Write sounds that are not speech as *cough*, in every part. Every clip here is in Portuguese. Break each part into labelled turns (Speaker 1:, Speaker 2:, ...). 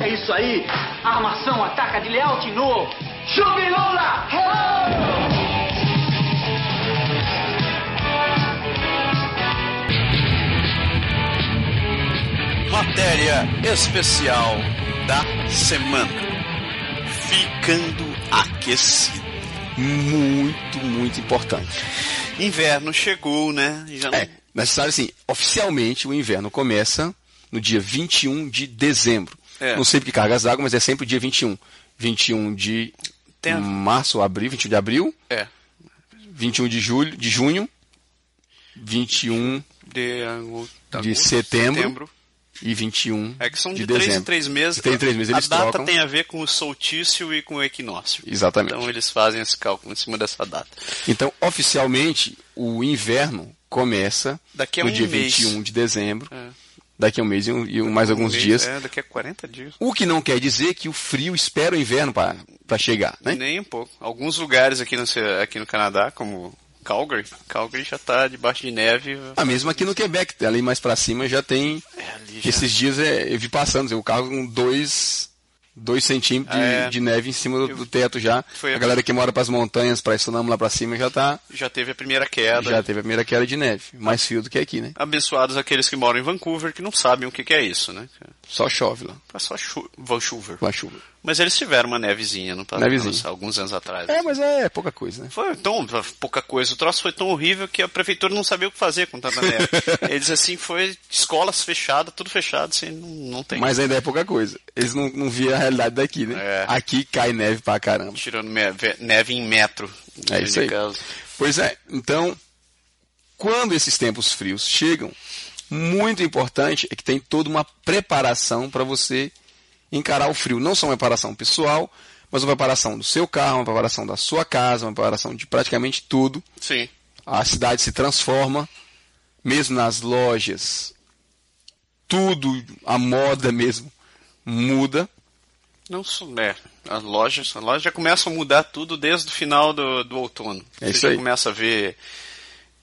Speaker 1: É isso aí. Armação ataca de Leal de novo. Jubilula!
Speaker 2: Matéria especial da semana. Ficando aquecido. Muito, muito importante. Inverno chegou, né? Já não-
Speaker 3: É, necessário assim, oficialmente o inverno Então, começa no dia 21 de dezembro.
Speaker 2: É.
Speaker 3: Não sei porque cargas d'água, mas é sempre o dia 21. 21 de
Speaker 2: Tem a-
Speaker 3: março, abril, 21 de abril,
Speaker 2: é.
Speaker 3: 21 de julho, de junho, 21
Speaker 2: De, agosto,
Speaker 3: De
Speaker 2: agosto,
Speaker 3: setembro. e 21
Speaker 2: É que são de,
Speaker 3: de,
Speaker 2: três em
Speaker 3: dezembro.
Speaker 2: três meses.
Speaker 3: Tem três meses,
Speaker 2: a
Speaker 3: eles
Speaker 2: data
Speaker 3: trocam.
Speaker 2: tem a ver com o solstício e com o equinócio.
Speaker 3: Exatamente.
Speaker 2: Então é. eles fazem esse cálculo em cima dessa data.
Speaker 3: Então, oficialmente, o inverno começa
Speaker 2: Daqui a
Speaker 3: no
Speaker 2: um
Speaker 3: dia
Speaker 2: mês.
Speaker 3: 21 de dezembro,
Speaker 2: É.
Speaker 3: daqui a um mês e, um- e um- mais alguns
Speaker 2: Um mês,
Speaker 3: dias.
Speaker 2: É, daqui a 40 dias.
Speaker 3: O que não quer dizer que o frio espera o inverno para chegar, né?
Speaker 2: Nem um pouco. Alguns lugares aqui no, aqui no Canadá, como Calgary, Calgary já está debaixo de neve.
Speaker 3: Ah, mesmo aqui no Quebec, ali mais pra cima já tem.
Speaker 2: É, ali já-
Speaker 3: Esses dias é, eu vi passando, o carro com dois, dois centímetros de,
Speaker 2: Ah, é.
Speaker 3: de neve em cima do, do teto já.
Speaker 2: Foi-
Speaker 3: a galera que mora pras montanhas, pra Sonamo lá pra cima já tá.
Speaker 2: já tá teve a primeira queda.
Speaker 3: Já teve a primeira queda de neve. Mais frio do que aqui, né?
Speaker 2: Abençoados aqueles que moram em Vancouver que não sabem o que, que é isso, né?
Speaker 3: Só chove lá,
Speaker 2: É só chu Vancouver.
Speaker 3: lá chuva.
Speaker 2: Mas eles tiveram uma nevezinha no passado,
Speaker 3: Nevezinha.
Speaker 2: alguns anos atrás.
Speaker 3: É, mas é pouca coisa, né?
Speaker 2: Foi tão pouca coisa. O troço foi tão horrível que a prefeitura não sabia o que fazer com tanta
Speaker 3: *laughs*
Speaker 2: neve. Eles assim foi escolas fechadas, tudo fechado, assim, não, não tem.
Speaker 3: Mas ainda é pouca coisa. Eles não, não viam a realidade daqui, né?
Speaker 2: É.
Speaker 3: Aqui cai neve pra caramba.
Speaker 2: Tirando me- ve- neve em metro.
Speaker 3: É isso aí.
Speaker 2: De casa.
Speaker 3: Pois é, então, quando esses tempos frios chegam, muito importante é que tem toda uma preparação para você encarar o frio. Não só uma preparação pessoal, mas uma preparação do seu carro, uma preparação da sua casa, uma preparação de praticamente tudo.
Speaker 2: Sim.
Speaker 3: A cidade se transforma, mesmo nas lojas, tudo, a moda mesmo, muda.
Speaker 2: Não souber. As lojas, as lojas já começam a mudar tudo desde o final do, do outono.
Speaker 3: É
Speaker 2: Você
Speaker 3: isso
Speaker 2: já
Speaker 3: aí.
Speaker 2: começa a ver.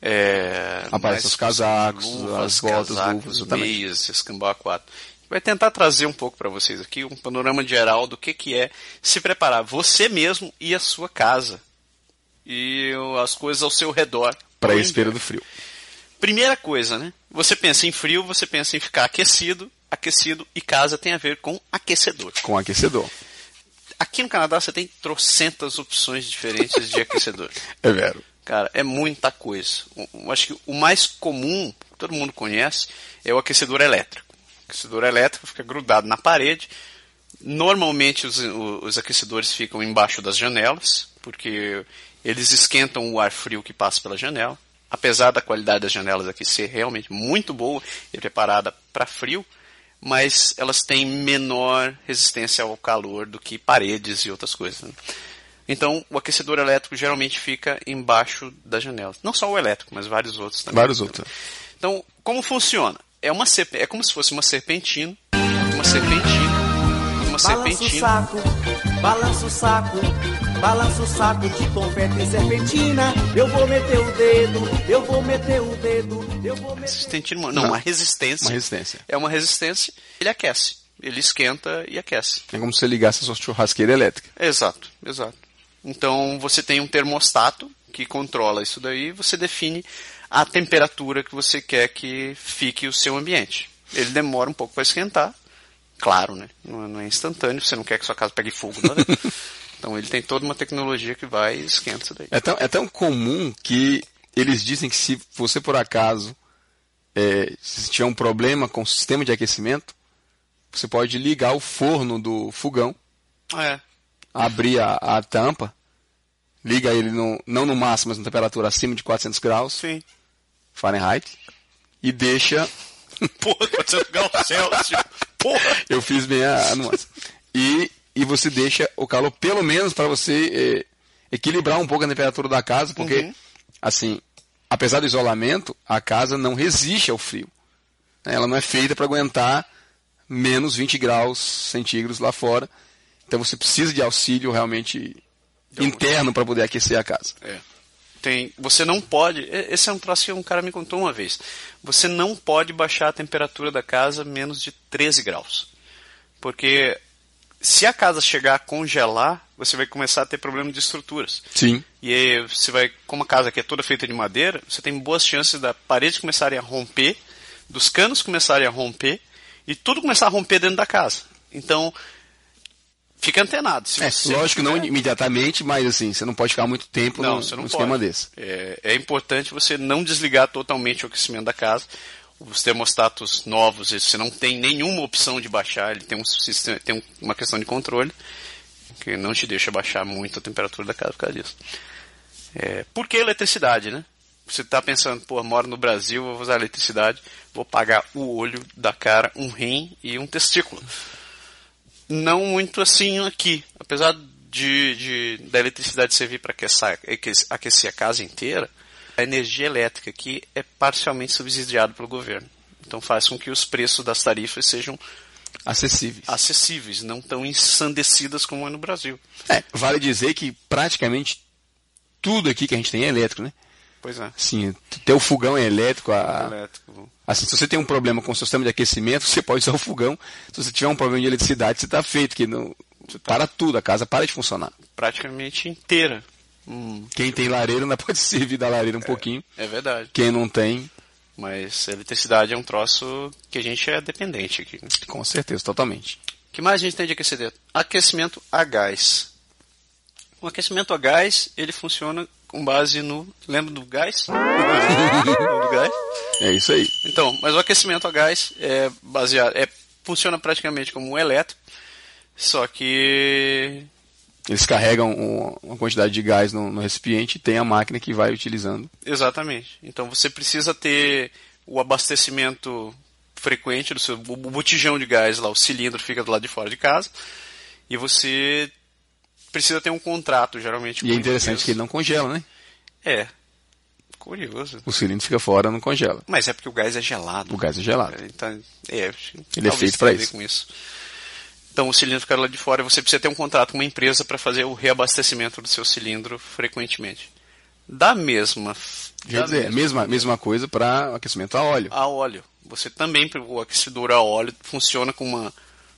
Speaker 2: É, mais
Speaker 3: Aparecem os casacos, as botas,
Speaker 2: casacos,
Speaker 3: luvas, exatamente.
Speaker 2: meias, escambar a quatro. Vai tentar trazer um pouco para vocês aqui um panorama geral do que, que é se preparar você mesmo e a sua casa. E o- as coisas ao seu redor.
Speaker 3: Para a
Speaker 2: Além
Speaker 3: espera do frio.
Speaker 2: Primeira coisa, né? Você pensa em frio, você pensa em ficar aquecido. Aquecido e casa tem a ver com aquecedor.
Speaker 3: Com aquecedor.
Speaker 2: Aqui no Canadá você tem trocentas opções diferentes de aquecedor.
Speaker 3: É vero.
Speaker 2: Cara, é muita coisa. O- o- acho que o mais comum, que todo mundo conhece, é o aquecedor elétrico. O aquecedor elétrico fica grudado na parede. Normalmente os, o- os aquecedores ficam embaixo das janelas, porque eles esquentam o ar frio que passa pela janela. Apesar da qualidade das janelas aqui ser realmente muito boa e preparada para frio, mas elas têm menor resistência ao calor do que paredes e outras coisas. né? Então, o aquecedor elétrico geralmente fica embaixo das janelas. Não só o elétrico, mas vários outros também.
Speaker 3: Vários outros.
Speaker 2: Então, como funciona? É, uma serpe- é como se fosse uma serpentina, uma serpentina, uma
Speaker 4: Balança o
Speaker 2: serpentina.
Speaker 4: saco, balança o saco, balança o saco de confete e serpentina. Eu vou meter o dedo, eu vou meter o dedo, eu vou meter.
Speaker 2: Serpentina, uma- não,
Speaker 3: Não.
Speaker 2: uma resistência.
Speaker 3: Uma resistência.
Speaker 2: É uma resistência, ele aquece. Ele esquenta e aquece.
Speaker 3: É como se você ligasse a sua churrasqueira elétrica.
Speaker 2: Exato, exato. Então você tem um termostato que controla isso daí, você define a temperatura que você quer que fique o seu ambiente. Ele demora um pouco para esquentar, claro, né? Não, é- não é instantâneo, você não quer que sua casa pegue fogo, né? *laughs* Então ele tem toda uma tecnologia que vai e esquenta isso daí.
Speaker 3: É tão, é tão comum que eles dizem que se você por acaso é, se tiver um problema com o sistema de aquecimento, você pode ligar o forno do fogão,
Speaker 2: É,
Speaker 3: abrir a, a tampa, liga ele no, não no máximo, mas na temperatura acima de 400 graus
Speaker 2: sim.
Speaker 3: Fahrenheit e deixa.
Speaker 2: Porra, 400 graus Celsius. tipo, Porra!
Speaker 3: Eu fiz
Speaker 2: *laughs*
Speaker 3: bem a, a nuance. E, e você deixa o calor pelo menos para você é, equilibrar um pouco a temperatura da casa, porque
Speaker 2: Uhum.
Speaker 3: assim, apesar do isolamento, a casa não resiste ao frio. né? Ela não é feita para aguentar menos 20 graus centígrados lá fora. Então você precisa de auxílio realmente interno para poder aquecer a casa.
Speaker 2: É. Tem, você não pode. e- Esse é um troço que um cara me contou uma vez. Você não pode baixar a temperatura da casa menos de 13 graus. Porque se a casa chegar a congelar, você vai começar a ter problema de estruturas.
Speaker 3: Sim.
Speaker 2: E aí você vai, como a casa aqui é toda feita de madeira, você tem boas chances da parede começarem a romper, dos canos começarem a romper e tudo começar a romper dentro da casa. Então, fica antenado. Se
Speaker 3: É,
Speaker 2: você
Speaker 3: lógico,
Speaker 2: tiver-
Speaker 3: não imediatamente, mas assim, você não pode ficar muito tempo
Speaker 2: não,
Speaker 3: num-
Speaker 2: você não
Speaker 3: num
Speaker 2: pode.
Speaker 3: esquema desse.
Speaker 2: É, é importante você não desligar totalmente o aquecimento da casa. Os termostatos novos, eles- você não tem nenhuma opção de baixar, ele tem, um sistema, tem um- uma questão de controle que não te deixa baixar muito a temperatura da casa por causa disso. É, por que eletricidade, né? Você está pensando, pô, moro no Brasil, vou usar eletricidade, vou pagar o olho da cara, um rim e um testículo não muito assim aqui. Apesar de, de- da eletricidade servir para aquecer, aquecer a casa inteira, a energia elétrica aqui é parcialmente subsidiada pelo governo. Então faz com que os preços das tarifas sejam
Speaker 3: Acessíveis.
Speaker 2: acessíveis, não tão ensandecidas como é no Brasil.
Speaker 3: É, vale dizer que praticamente tudo aqui que a gente tem é elétrico, né?
Speaker 2: Pois é.
Speaker 3: Assim, até o fogão é elétrico. A,
Speaker 2: Elétrico.
Speaker 3: assim, se você tem um problema com o sistema de aquecimento, *laughs* você pode usar o fogão. Se você tiver um problema de eletricidade, você está feito, que não, para tudo, a casa para de funcionar.
Speaker 2: Praticamente inteira. Hum,
Speaker 3: Quem tem lareira ainda *laughs* pode servir da lareira um pouquinho.
Speaker 2: é verdade.
Speaker 3: Quem não tem,
Speaker 2: Mas a eletricidade é um troço que a gente é dependente aqui. né?
Speaker 3: com certeza, totalmente.
Speaker 2: O que mais a gente tem de aquecimento? Aquecimento a gás. O aquecimento a gás, ele funciona com base no... Lembra do
Speaker 3: *laughs*
Speaker 2: gás? Lembra do gás?
Speaker 3: É isso aí.
Speaker 2: Então, mas o aquecimento a gás é baseado... É, funciona praticamente como um elétrico, só que...
Speaker 3: Eles carregam um- uma quantidade de gás no, no recipiente e tem a máquina que vai utilizando. é
Speaker 2: Exatamente. Então você precisa ter o abastecimento frequente do seu o botijão de gás lá, o cilindro fica do lado de fora de casa, e você precisa ter um contrato, geralmente.
Speaker 3: E
Speaker 2: com
Speaker 3: é
Speaker 2: a
Speaker 3: interessante
Speaker 2: empresa.
Speaker 3: que ele não congela, né?
Speaker 2: É. Curioso.
Speaker 3: O cilindro fica fora, não congela.
Speaker 2: Mas é porque o gás é gelado.
Speaker 3: O gás é gelado.
Speaker 2: É, Então, é, acho que
Speaker 3: Ele é
Speaker 2: talvez tenha a
Speaker 3: feito pra
Speaker 2: ver
Speaker 3: isso.
Speaker 2: Com isso. Então, o cilindro fica lá de fora e você precisa ter um contrato com uma empresa para fazer o reabastecimento do seu cilindro frequentemente. Da mesma.
Speaker 3: Quer
Speaker 2: da
Speaker 3: dizer,
Speaker 2: mesma-
Speaker 3: mesma, mesma coisa para aquecimento a óleo.
Speaker 2: a óleo. Você também, o aquecedor a óleo funciona com uma,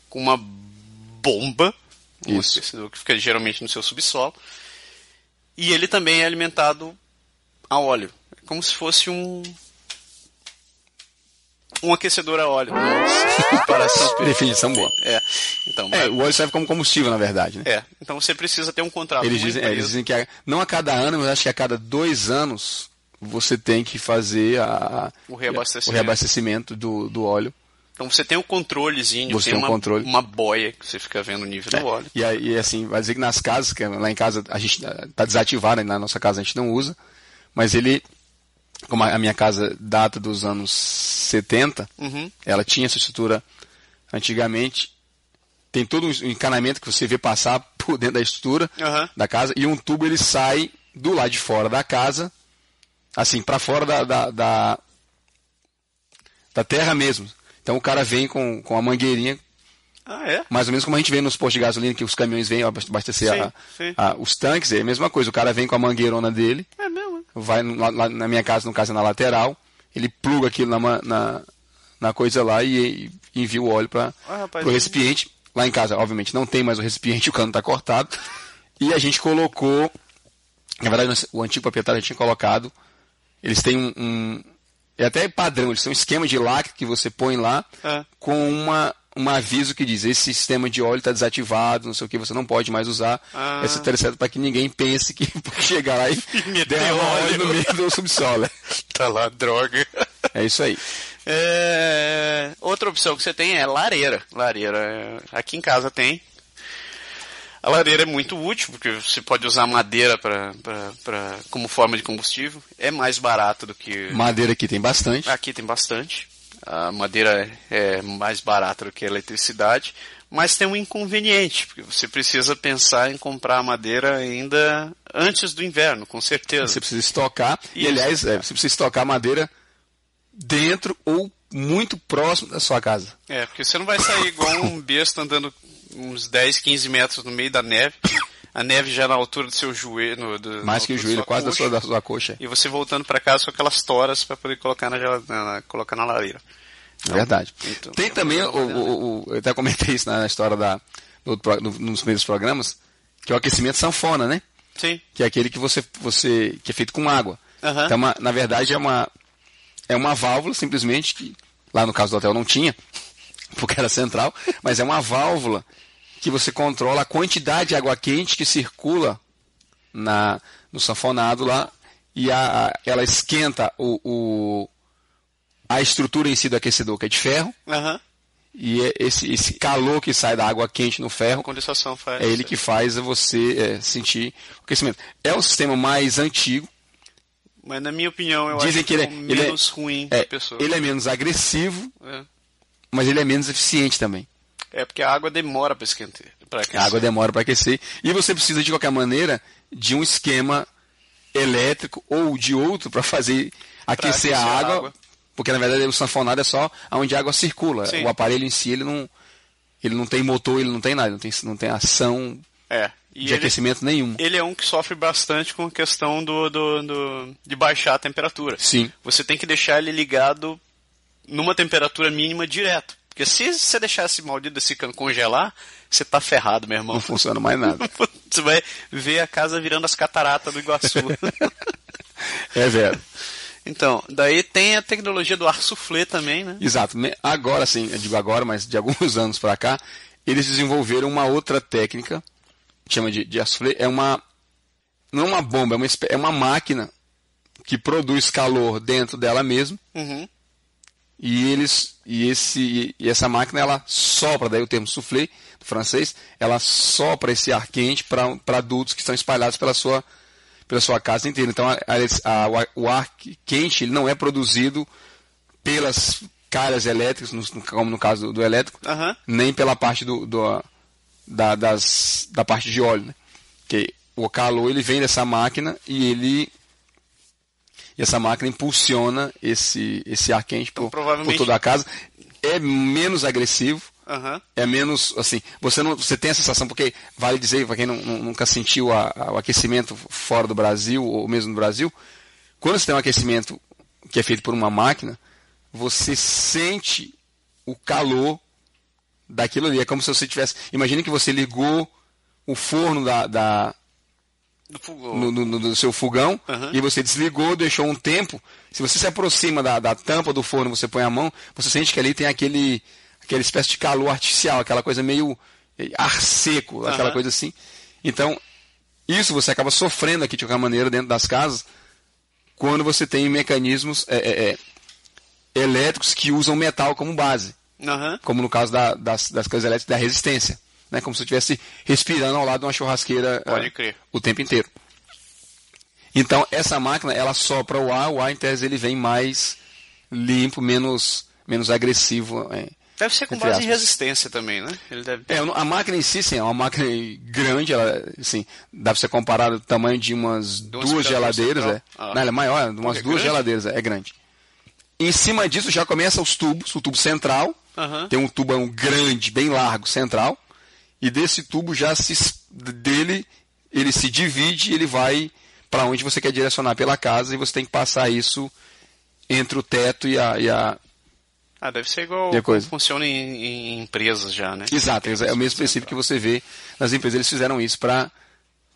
Speaker 2: com uma bomba, um
Speaker 3: Isso.
Speaker 2: aquecedor que fica geralmente no seu subsolo, e ele também é alimentado a óleo. É como se fosse um um aquecedor a
Speaker 3: *laughs*
Speaker 2: óleo. Nossa, comparação perfeita.
Speaker 3: Definição boa.
Speaker 2: É, então,
Speaker 3: É, o óleo serve como combustível, na verdade, né?
Speaker 2: é, então você precisa ter um contrato
Speaker 3: Eles
Speaker 2: com a
Speaker 3: dizem, é, eles
Speaker 2: empresa.
Speaker 3: dizem que a- não a cada ano, mas acho que a cada dois anos você tem que fazer a-
Speaker 2: O reabastecimento.
Speaker 3: o reabastecimento do, do óleo.
Speaker 2: Então você tem um controlezinho,
Speaker 3: Você
Speaker 2: tem
Speaker 3: tem um
Speaker 2: uma,
Speaker 3: controle. É.
Speaker 2: uma boia que você fica vendo o nível do É, óleo.
Speaker 3: né? E aí, e assim, vai dizer que nas casas, que lá em casa a gente ah, tá desativado, né, na nossa casa a gente não usa, mas ele, como a a minha casa data dos anos 70,
Speaker 2: Uhum.
Speaker 3: ela tinha essa estrutura antigamente, tem todo um encanamento que você vê passar *laughs* por dentro da estrutura
Speaker 2: Aham.
Speaker 3: da casa, e um tubo ele sai do lado de fora da casa, assim, para fora da, da, da, da terra mesmo. Então o cara vem com, com a mangueirinha
Speaker 2: Ah, é?
Speaker 3: mais ou menos como a gente vê nos postos de gasolina, que os caminhões vêm abaste- abastecer
Speaker 2: Sim,
Speaker 3: a-
Speaker 2: sim.
Speaker 3: a- os tanques, é a mesma coisa. O cara vem com a mangueirona dele,
Speaker 2: É mesmo.
Speaker 3: vai no- lá, lá na minha casa, no caso é na lateral, ele pluga aquilo na, ma- na, na coisa lá e, e envia o óleo para
Speaker 2: Ah, rapaz,
Speaker 3: o
Speaker 2: eu-
Speaker 3: recipiente. Lá em casa, obviamente, não tem mais o recipiente, *laughs* o cano está cortado. E a gente colocou, na verdade, nós- o antigo proprietário já tinha colocado, eles têm um, um- é até padrão, eles têm um esquema de lacre que você põe lá
Speaker 2: Ah.
Speaker 3: com uma, um aviso que diz, esse sistema de óleo está desativado, não sei o que, você não pode mais usar,
Speaker 2: Ah.
Speaker 3: essa teleceta para que ninguém pense que *laughs* chegar lá e
Speaker 2: E meter
Speaker 3: derramar
Speaker 2: óleo.
Speaker 3: óleo no meio do subsolo.
Speaker 2: Tá lá, droga. *laughs*
Speaker 3: É isso aí.
Speaker 2: É, Outra opção que você tem é lareira. Lareira, é, aqui em casa tem. A lareira é muito útil, porque você pode usar madeira pra, pra, pra, como forma de combustível. É mais barato do que...
Speaker 3: Madeira aqui tem bastante.
Speaker 2: Aqui tem bastante. A madeira é mais barata do que a eletricidade, mas tem um inconveniente, porque você precisa pensar em comprar a madeira ainda antes do inverno, com certeza.
Speaker 3: Você precisa estocar. E
Speaker 2: Isso.
Speaker 3: aliás, é, você precisa estocar madeira dentro ou muito próximo da sua casa.
Speaker 2: É, porque você não vai sair igual
Speaker 3: *laughs*
Speaker 2: um besta andando uns 10, 15 metros no meio da neve. A neve já é na altura do seu joelho. no- do- na
Speaker 3: Mais que o
Speaker 2: altura da
Speaker 3: joelho,
Speaker 2: sua
Speaker 3: quase da
Speaker 2: coxa.
Speaker 3: sua, da sua coxa. É
Speaker 2: E você voltando pra casa com aquelas toras pra poder colocar na, gela- na, na- colocar na lareira.
Speaker 3: É verdade.
Speaker 2: Então-
Speaker 3: tem também, o, o- o- eu até comentei isso na história da, no outro pro- no- nos primeiros programas, que é o aquecimento sanfona, né?
Speaker 2: Sim.
Speaker 3: Que é aquele que você, você que é feito com água.
Speaker 2: Aham.
Speaker 3: Então, é uma- na verdade, é uma, é uma válvula, simplesmente, que lá no caso do hotel não tinha, *laughs* porque era central, mas é uma válvula que você controla a quantidade de água quente que circula na, no sanfonado lá e a, a- ela esquenta o, o- a estrutura em si do aquecedor, que é de ferro,
Speaker 2: Aham.
Speaker 3: e é esse, esse calor que sai da água quente no ferro
Speaker 2: Condensação faz.
Speaker 3: é ele que faz você é, sentir o aquecimento. É o sistema mais antigo.
Speaker 2: Mas na minha opinião, eu
Speaker 3: Dizem
Speaker 2: acho
Speaker 3: que ele é,
Speaker 2: é o
Speaker 3: ele é-
Speaker 2: menos ruim
Speaker 3: é,
Speaker 2: pra pessoa.
Speaker 3: Ele é menos agressivo,
Speaker 2: É.
Speaker 3: mas ele é menos eficiente também.
Speaker 2: É porque a água demora para esquentar. Pra aquecer.
Speaker 3: A água demora para aquecer. E você precisa, de qualquer maneira, de um esquema elétrico ou de outro para fazer aquecer,
Speaker 2: aquecer
Speaker 3: a,
Speaker 2: a
Speaker 3: água,
Speaker 2: água.
Speaker 3: Porque, na verdade, o sanfonado é só onde a água circula.
Speaker 2: Sim.
Speaker 3: O aparelho em si, ele não, ele não tem motor, ele não tem nada. Não tem, não tem ação
Speaker 2: É. E
Speaker 3: de
Speaker 2: ele,
Speaker 3: aquecimento nenhuma.
Speaker 2: ele é um que sofre bastante com a questão do, do, do- de baixar a temperatura.
Speaker 3: Sim.
Speaker 2: Você tem que deixar ele ligado numa temperatura mínima direto. Porque se você deixar esse maldito esse cano congelar, você tá ferrado, meu irmão.
Speaker 3: *laughs* Não funciona
Speaker 2: *laughs*
Speaker 3: mais nada.
Speaker 2: Você vai ver a casa virando as cataratas do
Speaker 3: *laughs*
Speaker 2: Iguaçu.
Speaker 3: É verdade.
Speaker 2: então, daí tem a tecnologia do ar soufflé também, né?
Speaker 3: Exato. Me- Agora sim, eu digo agora, mas de alguns *laughs* anos para cá, eles desenvolveram uma outra técnica, que chama de, de assuflê, é uma não é uma bomba, é uma, espé- é uma máquina que produz calor dentro dela mesmo
Speaker 2: Uhum.
Speaker 3: e eles e esse e essa máquina ela sopra, daí o termo soufflé do francês, ela sopra esse ar quente para adultos que estão espalhados pela sua pela sua casa inteira. Então a- a- a- o ar- o ar quente ele não é produzido pelas calhas elétricas, no- no- como no caso do, do elétrico,
Speaker 2: Aham.
Speaker 3: nem pela parte do, do- da, das- da parte de óleo, né? Que o calor ele vem dessa máquina e ele e essa máquina impulsiona esse esse ar quente por,
Speaker 2: Então, provavelmente-
Speaker 3: por toda a casa. É menos agressivo,
Speaker 2: Aham.
Speaker 3: é menos assim. Você não você tem a sensação porque vale dizer para quem não- não- nunca sentiu a- a- o aquecimento fora do Brasil ou mesmo no Brasil, quando você tem um aquecimento que é feito por uma máquina, você sente o calor daquilo ali. É como se você tivesse. Imagina que você ligou o forno da- da,
Speaker 2: Do fogão.
Speaker 3: no, no- no- no seu fogão
Speaker 2: Aham.
Speaker 3: e você desligou, deixou um tempo. Se você se aproxima da, da tampa do forno, você põe a mão, você sente que ali tem aquele aquela espécie de calor artificial, aquela coisa meio eh, ar seco, aquela
Speaker 2: Aham.
Speaker 3: coisa assim. Então, isso você acaba sofrendo aqui de qualquer maneira dentro das casas quando você tem mecanismos eh, eh, eh, elétricos que usam metal como base
Speaker 2: Aham.
Speaker 3: como no caso da- das, das coisas elétricas, da resistência. Né? Como se eu estivesse respirando ao lado de uma churrasqueira
Speaker 2: Pode
Speaker 3: ah,
Speaker 2: crer.
Speaker 3: o tempo inteiro. Então, essa máquina, ela sopra o ar, o ar, em tese, ele vem mais limpo, menos, menos agressivo. É,
Speaker 2: Deve ser com
Speaker 3: Entre
Speaker 2: base em
Speaker 3: aspas.
Speaker 2: resistência também, né? Ele deve.
Speaker 3: É, eu não- a máquina em si, sim, é uma máquina grande, ela, assim, dá pra você comparar o tamanho de umas
Speaker 2: uma
Speaker 3: duas
Speaker 2: aspiradora
Speaker 3: geladeiras.
Speaker 2: central?
Speaker 3: É.
Speaker 2: Ah.
Speaker 3: Não, ela é maior, umas
Speaker 2: é
Speaker 3: duas
Speaker 2: grande?
Speaker 3: geladeiras, é, é grande. Em cima disso já começa os tubos, o tubo central,
Speaker 2: Aham.
Speaker 3: tem um tubão grande, bem largo, central, e desse tubo já se es- dele ele se divide, e ele vai para onde você quer direcionar pela casa e você tem que passar isso entre o teto e a, e a-
Speaker 2: Ah, deve ser igual
Speaker 3: Que coisa.
Speaker 2: funciona em, em empresas já, né?
Speaker 3: Exato, é o mesmo princípio que você vê nas empresas. Eles fizeram isso para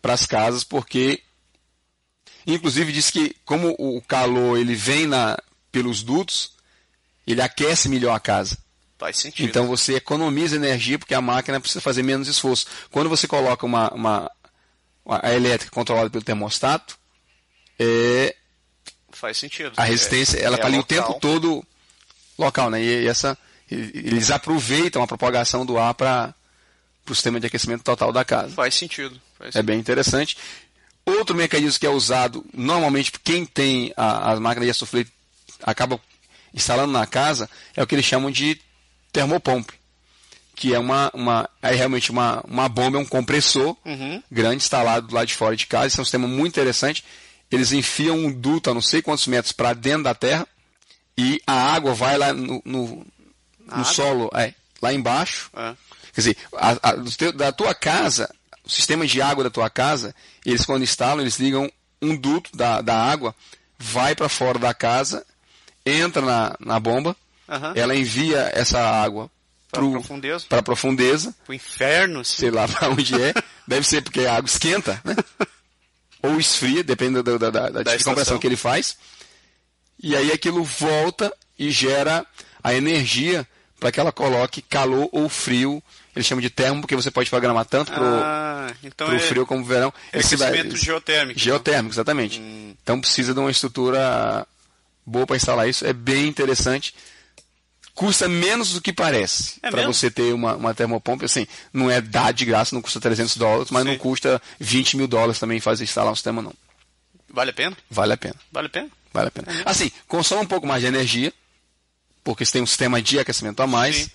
Speaker 3: as casas, porque. Inclusive, diz que como o calor ele vem na, pelos dutos, ele aquece melhor a casa.
Speaker 2: Faz sentido.
Speaker 3: Então você economiza energia porque a máquina precisa fazer menos esforço. Quando você coloca uma, uma, uma- a elétrica controlada pelo termostato, é,
Speaker 2: Faz sentido. É,
Speaker 3: a resistência ela está ali o tempo todo local, né? E essa e- eles aproveitam a propagação do ar para o sistema de aquecimento total da casa.
Speaker 2: Faz sentido. Faz
Speaker 3: É
Speaker 2: sentido.
Speaker 3: bem interessante. Outro mecanismo que é usado normalmente por quem tem a- as máquinas de assuflê acaba instalando na casa é o que eles chamam de termopompe, que é uma, uma é realmente uma, uma bomba, é um compressor
Speaker 2: Uhum.
Speaker 3: grande instalado lá de fora de casa. Isso é um sistema muito interessante. Eles enfiam um duto a não sei quantos metros para dentro da terra e a água vai lá no, no, no solo, é, lá embaixo,
Speaker 2: É.
Speaker 3: Quer dizer, a- a- do teu- da tua casa, o sistema de água da tua casa, eles quando instalam, eles ligam um duto da, da água, vai para fora da casa, entra na, na bomba,
Speaker 2: Aham.
Speaker 3: ela envia essa água
Speaker 2: Pra
Speaker 3: pro-
Speaker 2: profundeza.
Speaker 3: pra profundeza,
Speaker 2: O inferno, assim. sim.
Speaker 3: sei lá pra onde é. Deve ser porque a água esquenta, né? Ou esfria, depende da, da, da, da, tipo
Speaker 2: estação.
Speaker 3: de compressão que ele faz. E aí aquilo volta e gera a energia para que ela coloque calor ou frio. Ele chama de termo porque você pode programar tanto pro,
Speaker 2: Ah, então
Speaker 3: pro
Speaker 2: é,
Speaker 3: frio como verão.
Speaker 2: é
Speaker 3: Isso dá-
Speaker 2: aquecimento geotérmico. né? Hum.
Speaker 3: Geotérmico, exatamente. Então precisa de uma estrutura boa para instalar isso. É bem interessante. Custa menos do que parece.
Speaker 2: É
Speaker 3: para
Speaker 2: mesmo?
Speaker 3: você ter uma, uma termopompa, assim, não é dar de graça, não custa 300 dólares, mas
Speaker 2: Sim.
Speaker 3: não custa 20 mil dólares também fazer instalar um sistema, não.
Speaker 2: Vale a pena?
Speaker 3: Vale a pena.
Speaker 2: Vale a pena?
Speaker 3: Vale a pena. Assim, consome um pouco mais de energia, porque você tem um sistema de aquecimento a mais.
Speaker 2: Sim.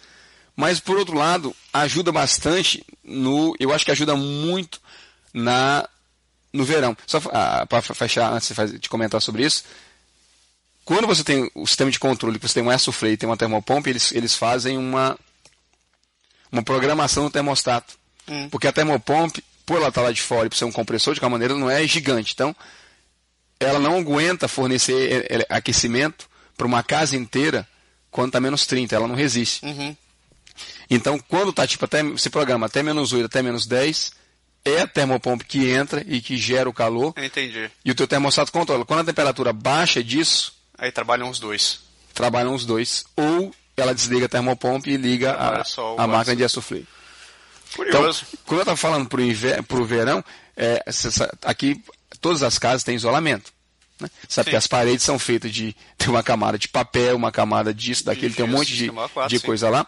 Speaker 3: Mas, por outro lado, ajuda bastante no. Eu acho que ajuda muito na no verão. Só para fechar, antes de faz- de comentar sobre isso. Quando você tem o sistema de controle, que você tem um air soufflé e tem uma termopompa, eles, eles fazem uma, uma programação do termostato. Porque a termopompa, por ela estar lá de fora e por ser um compressor, de qualquer maneira, não é gigante. Então, ela não aguenta fornecer é, é, aquecimento para uma casa inteira quando está menos 30, ela não resiste. Então, quando está tipo, até, se programa até menos 8, até menos 10, é a termopompa que entra e que gera o calor
Speaker 2: É. Entendi.
Speaker 3: e o teu termostato controla. Quando a temperatura baixa disso,
Speaker 2: Aí trabalham os dois.
Speaker 3: trabalham os dois. Ou ela desliga a termopompa e liga a,
Speaker 2: Trabalha só o
Speaker 3: a
Speaker 2: ar
Speaker 3: máquina de assuflê. Então,
Speaker 2: Curioso.
Speaker 3: quando eu estava falando para o verão, é, cê sa- aqui todas as casas têm isolamento. né? Sabe
Speaker 2: Sim.
Speaker 3: que as paredes são feitas de. *laughs* Tem uma camada de papel, uma camada disso, daquele, tem um
Speaker 2: gesso,
Speaker 3: monte de,
Speaker 2: sistema A4,
Speaker 3: de
Speaker 2: sim.
Speaker 3: coisa lá.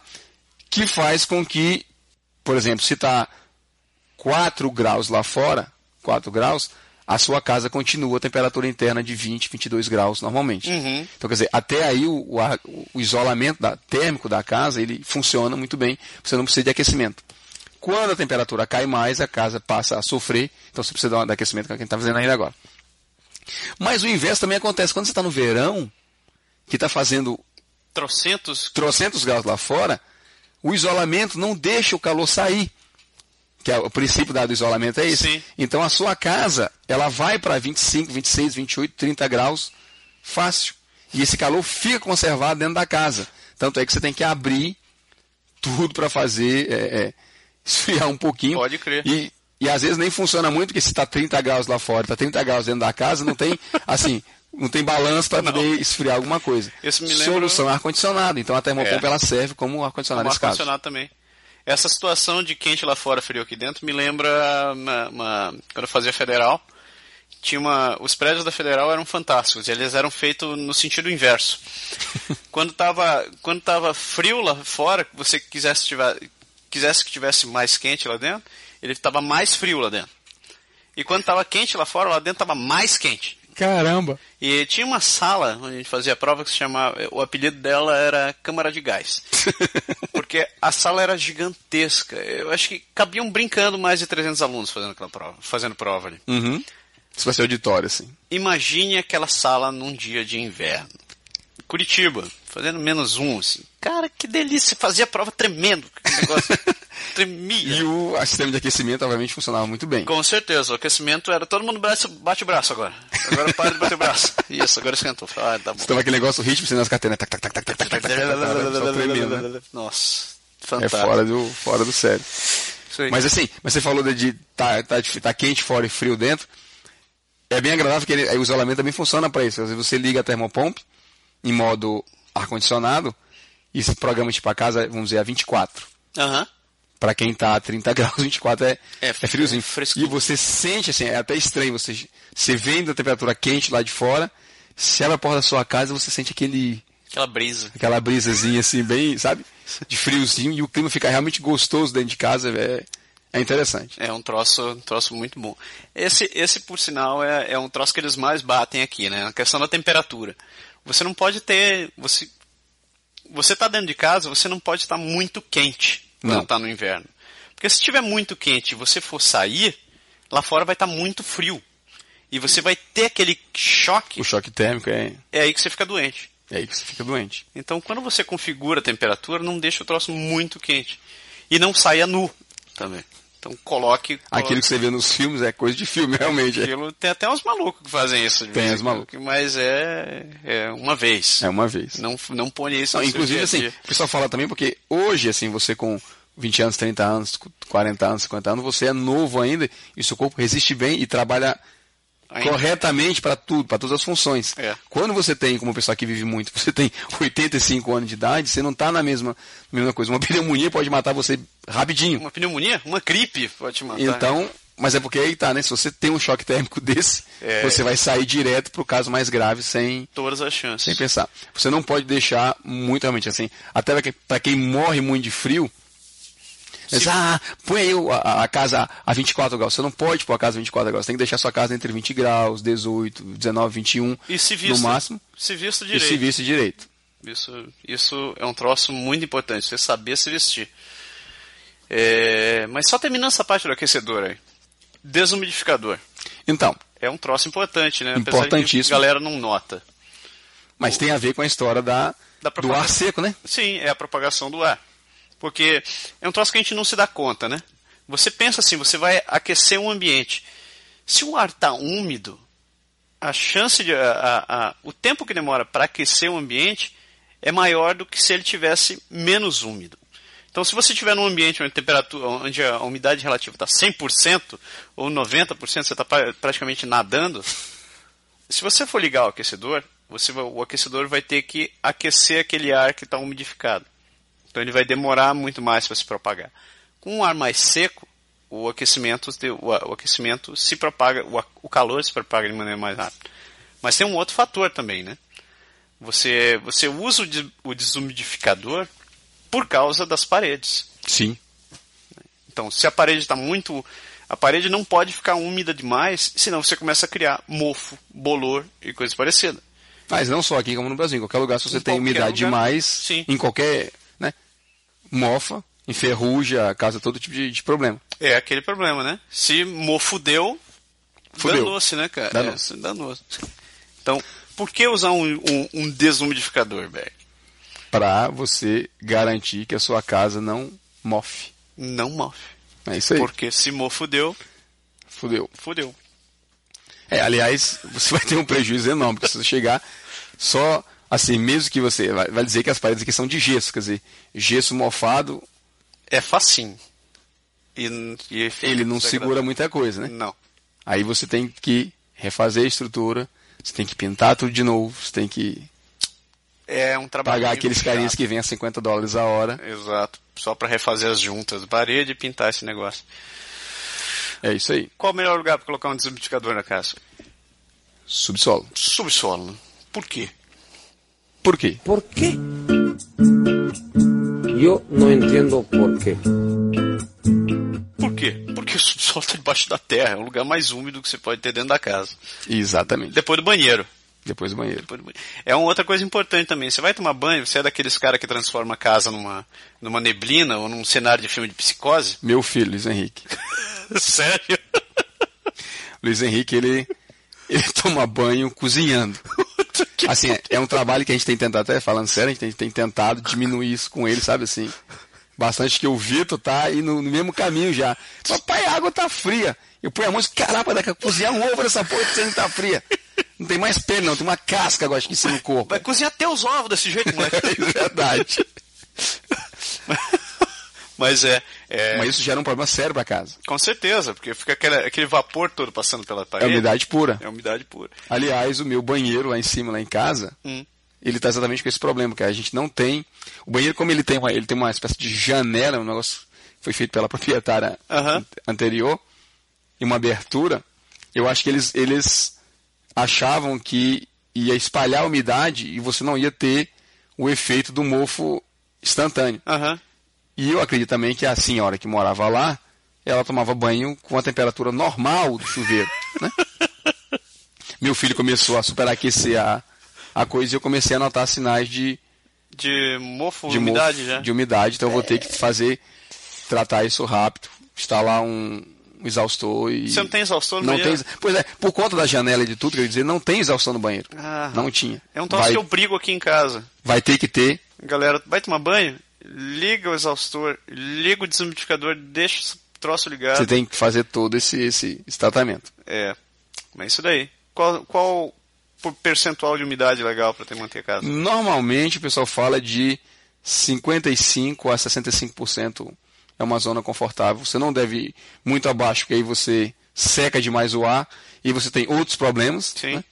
Speaker 3: Que faz com que, por exemplo, se está 4 graus lá fora, 4 graus, a sua casa continua a temperatura interna de 20, 22 graus normalmente.
Speaker 2: Uhum.
Speaker 3: Então, quer dizer, até aí o, o ar- o isolamento da- térmico da casa, ele funciona muito bem, você não precisa de aquecimento. Quando a temperatura cai mais, a casa passa a sofrer, então você precisa dar um de aquecimento, que é o que a gente está fazendo ainda agora. Mas o inverso também acontece. Quando você está no verão, que está fazendo
Speaker 2: Trocentos.
Speaker 3: trocentos graus lá fora, o isolamento não deixa o calor sair. Que é o princípio da- do isolamento é isso.
Speaker 2: Sim.
Speaker 3: Então a sua casa, ela vai para 25, 26, 28, 30 graus fácil. E esse calor fica conservado dentro da casa. Tanto é que você tem que abrir tudo para fazer é, é, esfriar um pouquinho.
Speaker 2: Pode crer.
Speaker 3: E, e às vezes nem funciona muito, porque se está 30 graus lá fora, está 30 graus dentro da casa, não tem, *laughs* assim, não tem balanço para
Speaker 2: Não.
Speaker 3: poder esfriar alguma coisa.
Speaker 2: Isso me lembra-
Speaker 3: Solução ar condicionado. Então a termopompa
Speaker 2: É.
Speaker 3: ela serve como ar condicionado
Speaker 2: Um
Speaker 3: nesse caso.
Speaker 2: ar-condicionado também. Essa situação de quente lá fora, frio aqui dentro, me lembra uma- uma- quando eu fazia federal. Tinha uma, os prédios da federal eram fantásticos, e eles eram feitos no sentido inverso. quando estava quando tava frio lá fora, que você quisesse, tiver, quisesse que tivesse mais quente lá dentro, ele estava mais frio lá dentro. E quando estava quente lá fora, lá dentro estava mais quente.
Speaker 3: Caramba!
Speaker 2: E tinha uma sala onde a gente fazia prova que se chamava. O apelido dela era Câmara de
Speaker 3: *laughs*
Speaker 2: Gás. Porque a sala era gigantesca. Eu acho que cabiam brincando mais de 300 alunos fazendo aquela prova, fazendo prova ali.
Speaker 3: Uhum. Se fosse auditório, assim.
Speaker 2: Imagine aquela sala num dia de inverno. Curitiba, fazendo menos um, assim. Cara, que delícia, fazia prova tremendo. O negócio
Speaker 3: *laughs*
Speaker 2: tremia.
Speaker 3: E o a sistema de aquecimento, obviamente, funcionava muito bem.
Speaker 2: Com certeza, o aquecimento era todo mundo braço- bate o braço agora. Agora para de bater o
Speaker 3: *laughs*
Speaker 2: braço. Isso, agora esquentou. Falei, Ah, tá bom.
Speaker 3: Estava aquele negócio, o ritmo sendo as carteiras. Tac, tac, tac, tac, tac, tac, tac, tac, tac, tac, só tremendo, né?
Speaker 2: Nossa,
Speaker 3: É
Speaker 2: fantástico.
Speaker 3: fora do, fora do sério.
Speaker 2: Isso aí.
Speaker 3: Mas assim, mas você falou de, de tá, tá, de- tá quente fora e frio dentro. É bem agradável que ele- o isolamento também funciona para isso. Às vezes você liga a termopompa em modo ar-condicionado e se programa tipo a casa, vamos dizer, a 24.
Speaker 2: Aham.
Speaker 3: Para quem tá a 30 *laughs* graus, 24 é,
Speaker 2: É,
Speaker 3: é friozinho.
Speaker 2: é fresquinho.
Speaker 3: E você sente assim, é até estranho. Você, você vem da temperatura quente lá de fora, se abre a porta da sua casa, você sente aquele
Speaker 2: Aquela brisa.
Speaker 3: aquela brisazinha assim, bem, sabe? De friozinho e o clima fica realmente gostoso dentro de casa. É, é interessante.
Speaker 2: É um troço, um troço muito bom. Esse, esse por sinal, é, é um troço que eles mais batem aqui, né? A questão da temperatura. Você não pode ter. Você, você tá dentro de casa, você não pode estar muito quente quando
Speaker 3: Não.
Speaker 2: tá no inverno. Porque se tiver muito quente e você for sair, lá fora vai estar muito frio. E você vai ter aquele choque,
Speaker 3: O choque térmico é,
Speaker 2: é aí que você fica doente.
Speaker 3: é aí que você fica doente.
Speaker 2: Então, quando você configura a temperatura, não deixa o troço muito quente. E não saia nu também. Então coloque. coloque
Speaker 3: Aquilo que você vê nos filmes é coisa de filme, *laughs* realmente. é.
Speaker 2: aquilo. Tem até uns malucos que fazem isso. de
Speaker 3: Tem
Speaker 2: vez
Speaker 3: uns
Speaker 2: em quando,
Speaker 3: malucos.
Speaker 2: Mas é, é uma vez.
Speaker 3: É uma vez.
Speaker 2: Não, não ponha isso
Speaker 3: Não,
Speaker 2: no seu
Speaker 3: inclusive,
Speaker 2: dia a
Speaker 3: assim,
Speaker 2: dia.
Speaker 3: o pessoal fala também porque hoje, assim, você com 20 anos, 30 anos, 40 anos, 50 anos, você é novo ainda e seu corpo resiste bem e trabalha
Speaker 2: Ainda.
Speaker 3: corretamente para tudo, para todas as funções.
Speaker 2: É.
Speaker 3: Quando você tem, como pessoa que vive muito, *laughs* você tem 85 anos de idade, você não está na mesma, na mesma coisa. Uma *laughs* pneumonia pode matar você rapidinho.
Speaker 2: Uma pneumonia? Uma gripe pode te matar.
Speaker 3: Então, mas é porque aí tá, né? Se você tem um choque térmico *laughs* desse,
Speaker 2: É.
Speaker 3: você vai sair direto pro caso mais grave sem,
Speaker 2: Todas as chances.
Speaker 3: sem pensar. Você não pode deixar muito realmente assim. Até pra que- pra quem morre muito de frio, mas, ah, põe aí o- a, a casa a 24 graus. Você não pode pôr a casa a 24 graus. Você tem que deixar sua casa entre 20 graus, 18, 19, 21
Speaker 2: E se vista.
Speaker 3: no máximo.
Speaker 2: Se vista direito.
Speaker 3: E se visse direito.
Speaker 2: Isso, isso é um troço muito importante, você saber se vestir. É, mas só terminando essa parte do aquecedor aí. Desumidificador.
Speaker 3: Então,
Speaker 2: É um troço importante, né? Apesar de que
Speaker 3: Importantíssimo.
Speaker 2: a galera não nota.
Speaker 3: mas tem a ver com a história da,
Speaker 2: Da
Speaker 3: do
Speaker 2: propaganda.
Speaker 3: ar seco, né?
Speaker 2: Sim, é a propagação do ar. Porque é um troço que a gente não se dá conta, né? Você pensa assim, você vai aquecer um ambiente. Se o ar está úmido, a chance de. a- a- a- o tempo que demora para aquecer o ambiente é maior do que se ele tivesse menos úmido. Então, se você estiver num ambiente onde a, temperatura, onde a umidade relativa tá está 100% ou 90%, você está pra- praticamente nadando, se você for ligar o aquecedor, você vai- o aquecedor vai ter que aquecer aquele ar que está umidificado. Então ele vai demorar muito mais para se propagar. Com um ar mais seco, o aquecimento, de- o, a- o aquecimento se propaga, o, a- o calor se propaga de maneira mais rápida. Mas tem um outro fator também, né? Você, você usa o, des- o desumidificador por causa das paredes.
Speaker 3: Sim.
Speaker 2: Então, se a parede está muito. A parede não pode ficar úmida demais, senão você começa a criar mofo, bolor e coisa parecida.
Speaker 3: Mas não só aqui como no Brasil, em qualquer lugar, se você
Speaker 2: Em
Speaker 3: tem
Speaker 2: qualquer
Speaker 3: umidade
Speaker 2: lugar,
Speaker 3: demais,
Speaker 2: sim.
Speaker 3: em qualquer, né, mofa, enferruja, causa todo tipo de, de problema.
Speaker 2: É aquele problema, né? Se mofo deu,
Speaker 3: Fudeu.
Speaker 2: danou-se, né, cara?
Speaker 3: Danou.
Speaker 2: É, se danou-se. Então, por que usar um, um- um desumidificador, Berg?
Speaker 3: Pra você garantir que a sua casa não mofe.
Speaker 2: Não mofe.
Speaker 3: É isso aí.
Speaker 2: Porque se mofo deu,
Speaker 3: Fudeu.
Speaker 2: fudeu.
Speaker 3: É, aliás, você *laughs* vai ter um prejuízo enorme, porque se você chegar só assim, mesmo que você vai, vai dizer que as paredes aqui são de gesso, quer dizer, gesso mofado,
Speaker 2: É facinho. E, e-
Speaker 3: ele não
Speaker 2: é
Speaker 3: segura muita coisa, né?
Speaker 2: Não.
Speaker 3: Aí você tem que refazer a estrutura, você tem que pintar tudo de novo, você tem que
Speaker 2: É um trabalho.
Speaker 3: pagar aqueles carinhas que vêm a 50 dólares a hora.
Speaker 2: Exato. Só para refazer as juntas da parede e pintar esse negócio.
Speaker 3: É isso aí.
Speaker 2: Qual o melhor lugar para colocar um desumidificador na casa?
Speaker 3: Subsolo.
Speaker 2: Subsolo. né? Por quê?
Speaker 3: Por quê?
Speaker 5: ¿Por qué? Yo no entiendo por qué.
Speaker 2: Por quê? Porque o subsolo está debaixo da terra. É o lugar mais úmido que você pode ter dentro da casa.
Speaker 3: Exatamente.
Speaker 2: Depois do banheiro.
Speaker 3: Depois do banheiro.
Speaker 2: Depois do banheiro. É uma outra coisa importante também. Você vai tomar banho, você é daqueles caras que transforma a casa numa, numa neblina ou num cenário de filme de psicose?
Speaker 3: *laughs* Meu filho, Luiz Henrique.
Speaker 2: Sério?
Speaker 3: Luiz Henrique, ele, ele *laughs* toma banho cozinhando.
Speaker 2: Puta que-
Speaker 3: Assim, é- é um trabalho que a gente tem tentado, até falando sério, a gente tem, tem tentado diminuir isso com ele, sabe assim? Bastante que o Vitor tá aí no, no mesmo caminho já. Papai, a água tá fria. Eu ponho a música, caraca, daqui a pouco cozinhar um ovo nessa porra que tá fria. Não tem mais pele não, tem uma casca agora acho que em cima do corpo.
Speaker 2: Vai cozinhar até os ovos desse jeito, moleque.
Speaker 3: *laughs* É verdade.
Speaker 2: Mas é, é-
Speaker 3: Mas isso gera um problema sério pra casa.
Speaker 2: Com certeza, porque fica aquele, aquele vapor todo passando pela
Speaker 3: É
Speaker 2: parede.
Speaker 3: umidade pura.
Speaker 2: É umidade pura.
Speaker 3: Aliás, o meu banheiro lá em cima, lá em casa, ele tá exatamente com esse problema, cara. A gente não tem. O banheiro, como ele tem uma, ele tem uma espécie de janela, um negócio que foi feito pela proprietária
Speaker 2: Aham.
Speaker 3: an- anterior, e uma abertura, eu acho que eles, eles achavam que ia espalhar a umidade e você não ia ter o efeito do mofo instantâneo.
Speaker 2: Aham.
Speaker 3: E eu acredito também que a senhora que morava lá, ela tomava banho com a temperatura normal do chuveiro,
Speaker 2: *laughs*
Speaker 3: né? Meu filho começou a superaquecer a, a coisa e eu comecei a notar sinais de,
Speaker 2: De mofo,
Speaker 3: de
Speaker 2: umidade né?
Speaker 3: mofo,
Speaker 2: já.
Speaker 3: de umidade, então eu vou ter que fazer, tratar isso rápido, instalar um, um exaustor e...
Speaker 2: Você não tem exaustor no
Speaker 3: não
Speaker 2: banheiro?
Speaker 3: tem, exa- Pois é, por conta da janela e de tudo, quer dizer, não tem exaustor no banheiro.
Speaker 2: Ah.
Speaker 3: não tinha.
Speaker 2: É um troço
Speaker 3: vai,
Speaker 2: que eu brigo aqui em casa.
Speaker 3: vai ter que ter,
Speaker 2: Galera, vai tomar banho? Liga o exaustor, liga o desumidificador, deixa troço ligado.
Speaker 3: Você tem que fazer todo esse, esse, esse tratamento.
Speaker 2: É. Mas isso daí. Qual, qual por percentual de umidade legal para ter manter a casa?
Speaker 3: Normalmente o pessoal fala de 55 a 65% é uma zona confortável. Você não deve ir muito abaixo, porque aí você seca demais o ar e você tem outros problemas,
Speaker 2: Sim.
Speaker 3: né?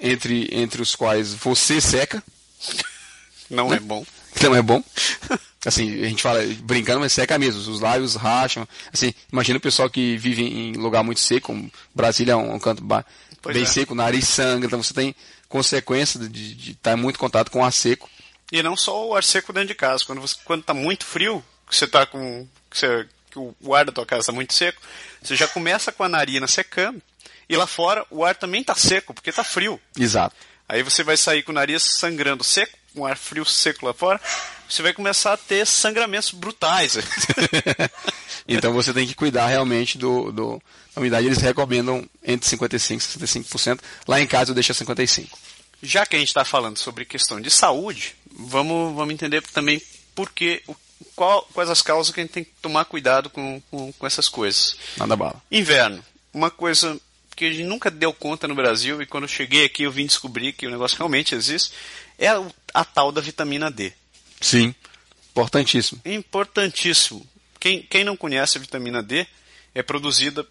Speaker 3: entre, entre os quais você seca,
Speaker 2: Não é bom.
Speaker 3: que não
Speaker 2: *laughs*
Speaker 3: é bom. Assim, a gente fala brincando, mas seca mesmo. Os lábios racham. Assim, imagina o pessoal que vive em lugar muito seco, como Brasília é um, um canto ba-
Speaker 2: Pois
Speaker 3: bem
Speaker 2: é.
Speaker 3: seco, o nariz sangra, então você tem consequência de- de estar em muito contato com ar seco.
Speaker 2: E não só o ar seco dentro de casa. Quando você quando tá muito frio, que você tá com que você- que o, o ar da tua casa tá muito seco, você já começa com a narina secando. E lá fora o ar também tá seco, porque tá frio.
Speaker 3: Exato.
Speaker 2: Aí você vai sair com o nariz sangrando seco, com ar frio seco lá fora, você vai começar a ter sangramentos brutais. *laughs*
Speaker 3: *laughs* Então você tem que cuidar realmente do, do- da umidade. Eles recomendam entre 55% e 65%. Lá em casa eu deixo a 55%.
Speaker 2: Já que a gente está falando sobre questão de saúde, vamos, vamos entender também por que, o- qual- quais as causas que a gente tem que tomar cuidado com, com, com essas coisas.
Speaker 3: Nada bala.
Speaker 2: Inverno, uma coisa que a gente nunca deu conta no Brasil e quando eu cheguei aqui eu vim descobrir que o negócio realmente existe, é o- a tal da vitamina D.
Speaker 3: Sim. Importantíssimo.
Speaker 2: importantíssimo. Quem, quem não conhece a vitamina D é produzida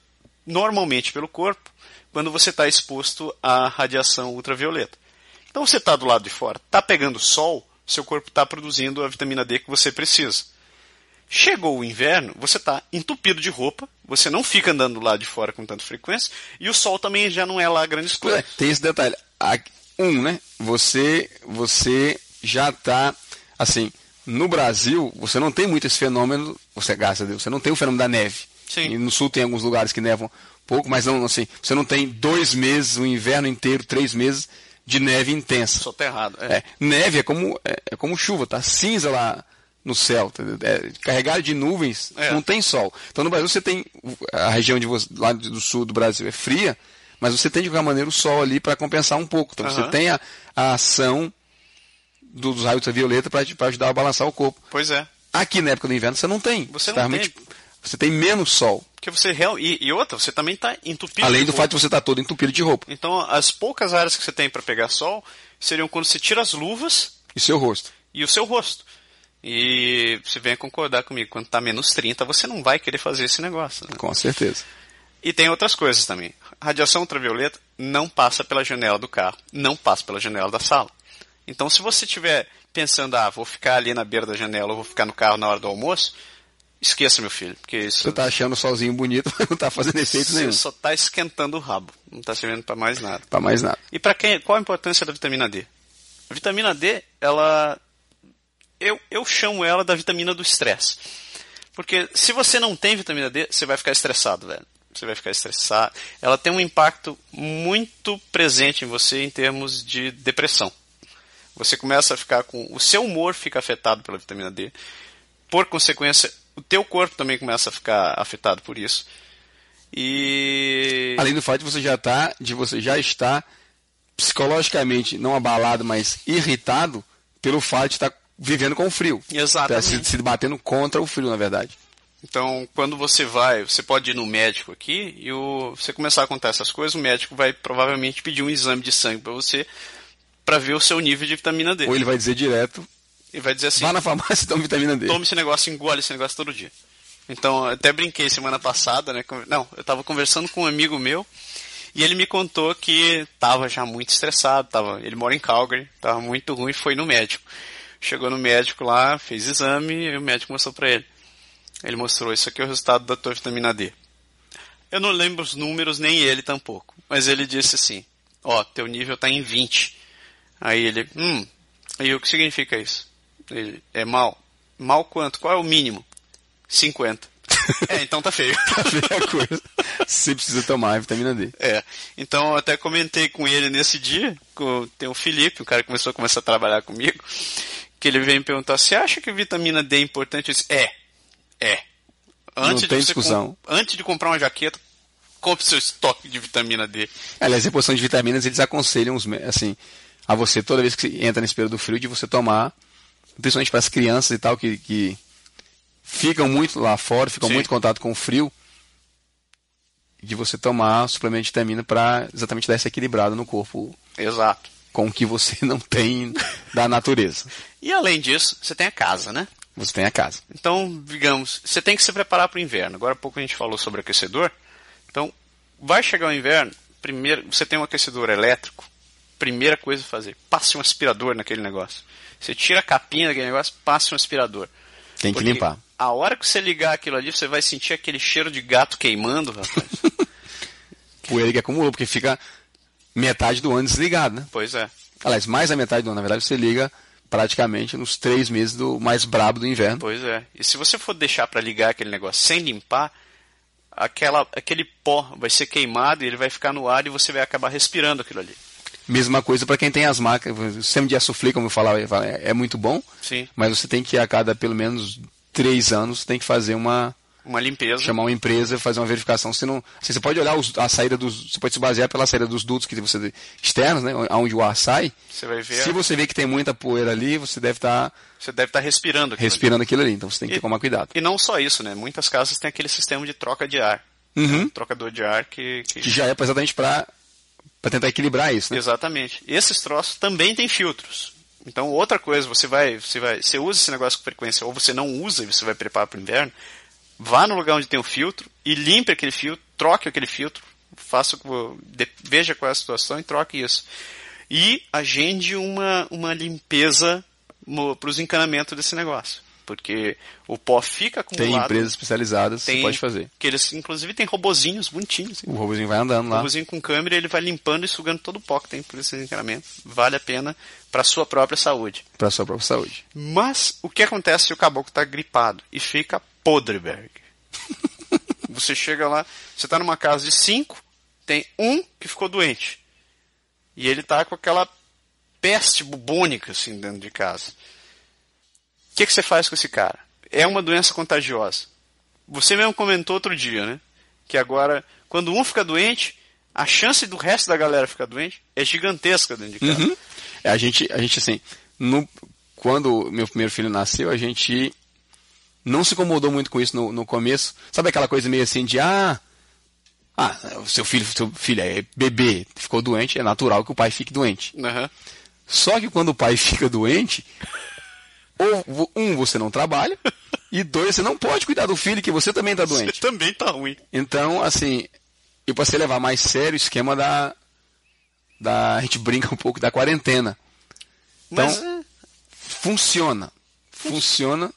Speaker 2: normalmente pelo corpo quando você está exposto à radiação ultravioleta. Então você está do lado de fora, está pegando sol, seu corpo está produzindo a vitamina D que você precisa. Chegou o inverno, você está entupido de roupa, você não fica andando do lado de fora com tanta frequência, e o sol também já não é lá grandes
Speaker 3: Pois é,
Speaker 2: coisas.
Speaker 3: tem esse detalhe. A- Um, né? Você, você já está, assim, no Brasil, você não tem muito esse fenômeno, você, graças a Deus, você não tem o fenômeno da neve.
Speaker 2: Sim.
Speaker 3: E no sul tem alguns lugares que nevam pouco, mas não, assim, você não tem dois meses, o inverno inteiro, três meses de neve intensa.
Speaker 2: Só tá errado. é.
Speaker 3: É, neve é como, é, é como chuva, tá cinza lá no céu, tá, é, carregado de nuvens,
Speaker 2: É.
Speaker 3: não tem sol. Então no Brasil você tem o- a região de vo- lá do sul do Brasil é fria, mas você tem de qualquer maneira o sol ali para compensar um pouco. Então você
Speaker 2: Aham.
Speaker 3: tem a, a ação do- dos raios ultravioleta para ajudar a balançar o corpo.
Speaker 2: Pois é.
Speaker 3: Aqui na época do inverno você não tem.
Speaker 2: Você
Speaker 3: tá
Speaker 2: não
Speaker 3: realmente- você tem menos sol,
Speaker 2: Porque você real... e, e outra, você também está entupido
Speaker 3: além
Speaker 2: de
Speaker 3: do
Speaker 2: roupa.
Speaker 3: fato de você estar todo entupido de roupa
Speaker 2: Então, as poucas áreas que você tem para pegar sol seriam quando você tira as luvas
Speaker 3: e seu rosto.
Speaker 2: e o seu rosto. E você vem concordar comigo, quando tá menos 30, você não vai querer fazer esse negócio. né?
Speaker 3: Com certeza.
Speaker 2: E tem outras coisas também. Radiação ultravioleta não passa pela janela do carro, não passa pela janela da sala. Então, se você estiver pensando, ah, vou ficar ali na beira da janela ou vou ficar no carro na hora do almoço, esqueça, meu filho, porque
Speaker 3: Você
Speaker 2: isso
Speaker 3: tá achando o solzinho bonito, *laughs* mas não tá fazendo efeito
Speaker 2: você
Speaker 3: nenhum.
Speaker 2: só tá esquentando o rabo, não tá servindo para mais nada.
Speaker 3: Pra mais nada.
Speaker 2: E para quem, qual a importância da vitamina D? A vitamina D, ela eu, eu chamo ela da vitamina do estresse. Porque se você não tem vitamina D, você vai ficar estressado, velho. Você vai ficar estressado. Ela tem um impacto muito presente em você em termos de depressão. Você começa a ficar com o seu humor fica afetado pela vitamina D. Por consequência, o teu corpo também começa a ficar afetado por isso. E
Speaker 3: Além do fato de você já tá, de você já estar psicologicamente não abalado, mas irritado pelo fato de estar vivendo com o frio. Tá
Speaker 2: Exatamente.
Speaker 3: se, se batendo contra o frio, na verdade.
Speaker 2: Então, quando você vai, você pode ir no médico aqui e o, você começar a contar essas coisas, o médico vai provavelmente pedir um exame de sangue para você para ver o seu nível de vitamina D.
Speaker 3: Ou ele vai dizer direto,
Speaker 2: E vai dizer assim:
Speaker 3: vá na farmácia e toma vitamina D.
Speaker 2: tome esse negócio, engole esse negócio todo dia. Então, eu até brinquei semana passada, né? com- Não, eu tava conversando com um amigo meu e ele me contou que tava já muito estressado, tava, ele mora em Calgary, tava muito ruim, foi no médico. Chegou no médico lá, fez exame e o médico mostrou pra ele. Ele mostrou, isso aqui é o resultado da tua vitamina D. Eu não lembro os números, nem ele tampouco. Mas ele disse assim: Ó, teu nível tá em 20. Aí ele, hum, e o que significa isso? Ele, é mal. Mal quanto? Qual é o mínimo? 50. *laughs* é, então tá feio. *laughs*
Speaker 3: A *laughs* primeira coisa, você precisa tomar a vitamina D.
Speaker 2: É. Então eu até comentei com ele nesse dia, com, tem o Felipe, o cara que começou a começar a trabalhar comigo, que ele veio me perguntar: você acha que vitamina D é importante? Eu disse, é, é. Antes
Speaker 3: tem
Speaker 2: de você
Speaker 3: discussão.
Speaker 2: com- antes de comprar uma jaqueta, compre seu estoque de vitamina D.
Speaker 3: Aliás, em porção de vitaminas, eles aconselham os mé- assim, a você, toda vez que você entra nesse período do frio, de você tomar, principalmente para as crianças e tal, que, que ficam muito lá fora, ficam
Speaker 2: Sim.
Speaker 3: muito em contato com o frio, de você tomar suplemento de vitamina para exatamente dar essa equilibrada no corpo
Speaker 2: Exato.
Speaker 3: com o que você *laughs* não tem da natureza.
Speaker 2: E além disso, você tem a casa, né?
Speaker 3: Você tem a casa.
Speaker 2: Então, digamos, você tem que se preparar para o inverno. Agora há pouco a gente falou sobre aquecedor. Então, vai chegar o inverno, primeiro, você tem um aquecedor elétrico, primeira coisa a fazer, passe um aspirador naquele negócio. Você tira a capinha daquele negócio, passe um aspirador.
Speaker 3: Tem que
Speaker 2: Porque
Speaker 3: limpar.
Speaker 2: A hora que você ligar aquilo ali, você vai sentir aquele cheiro de gato queimando, rapaz.
Speaker 3: *laughs* Poeira que acumulou, porque fica metade do ano desligado, né?
Speaker 2: pois é.
Speaker 3: Aliás, mais da metade do ano, na verdade, você liga praticamente nos três meses do mais brabo do inverno.
Speaker 2: Pois é. E se você for deixar para ligar aquele negócio sem limpar, aquela, aquele pó vai ser queimado e ele vai ficar no ar e você vai acabar respirando aquilo ali.
Speaker 3: Mesma coisa para quem tem as marcas. O sistema de assuflê, como eu falava, é é muito bom,
Speaker 2: Sim.
Speaker 3: mas você tem que, a cada pelo menos três anos, tem que fazer uma.
Speaker 2: Uma limpeza.
Speaker 3: chamar uma empresa e fazer uma verificação. Você, não, assim, você pode olhar os- a saída dos. Você pode se basear pela saída dos dutos que você externos, né? Onde o ar sai.
Speaker 2: Você vai ver.
Speaker 3: Se você vê que tem muita poeira ali, você deve estar
Speaker 2: Você deve estar respirando aquilo ali.
Speaker 3: respirando aquilo ali. Então você tem que
Speaker 2: E-
Speaker 3: tomar cuidado.
Speaker 2: E não só isso, né? Muitas casas têm aquele sistema de troca de ar.
Speaker 3: Uhum.
Speaker 2: Um trocador de ar que. que-
Speaker 3: Que já é pra- exatamente para tentar equilibrar isso, né?
Speaker 2: Exatamente. Esses troços também têm filtros. Então, outra coisa, você vai, você vai, você usa esse negócio com frequência ou você não usa e você vai preparar para o inverno, vá no lugar onde tem o filtro e limpe aquele filtro, troque aquele filtro, faça, o- de- veja qual é a situação e troque isso. E agende uma, uma limpeza para os encanamentos desse negócio, porque o pó fica
Speaker 3: Tem
Speaker 2: acumulado.
Speaker 3: empresas especializadas que você pode fazer.
Speaker 2: Que eles, inclusive, tem robozinhos bonitinhos.
Speaker 3: O robozinho vai andando
Speaker 2: O
Speaker 3: lá.
Speaker 2: robozinho com câmera, ele vai limpando e sugando todo o pó que tem por esse encanamento. Vale a pena para sua própria saúde.
Speaker 3: Pra sua própria saúde.
Speaker 2: Mas o que acontece se o caboclo tá gripado e fica podre,
Speaker 3: *laughs*
Speaker 2: Berg? você chega lá, você tá numa casa de cinco, tem um que ficou doente. E ele tá com aquela peste bubônica assim dentro de casa. O que, que você faz com esse cara? É uma doença contagiosa. Você mesmo comentou outro dia, né? Que agora, quando um fica doente, a chance do resto da galera ficar doente é gigantesca dentro de casa.
Speaker 3: Uhum. É, A gente, a gente assim, no- quando meu primeiro filho nasceu, a gente não se incomodou muito com isso no, no começo. Sabe aquela coisa meio assim de ah, ah, o seu filho, seu filho é bebê, ficou doente, é natural que o pai fique doente.
Speaker 2: Aham.
Speaker 3: Só que quando o pai *laughs* fica doente, ou vo- um você não trabalha e dois você não pode cuidar do filho que você também está doente.
Speaker 2: Você também tá ruim.
Speaker 3: Então, assim, eu passei a levar mais sério o esquema da, da. A gente brinca um pouco da quarentena. Então,
Speaker 2: Mas é,
Speaker 3: Funciona. Funciona.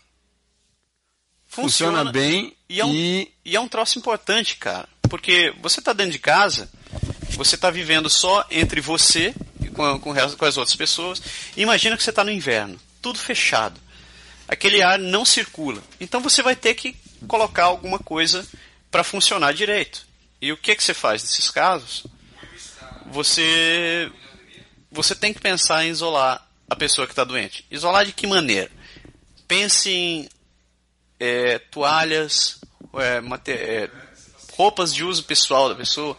Speaker 2: funciona,
Speaker 3: Funciona bem
Speaker 2: E é, um,
Speaker 3: e-
Speaker 2: e é um troço importante, cara. Porque você tá dentro de casa, você tá vivendo só entre você e com, a- com, o resto- com as outras pessoas. Imagina que você tá no inverno, tudo fechado. Aquele ar não circula. Então você vai ter que colocar alguma coisa para funcionar direito. E o que, que você faz nesses casos? Você você tem que pensar em isolar a pessoa que está doente. Isolar de que maneira? Pense em é, toalhas, é, mate- é, roupas de uso pessoal da pessoa,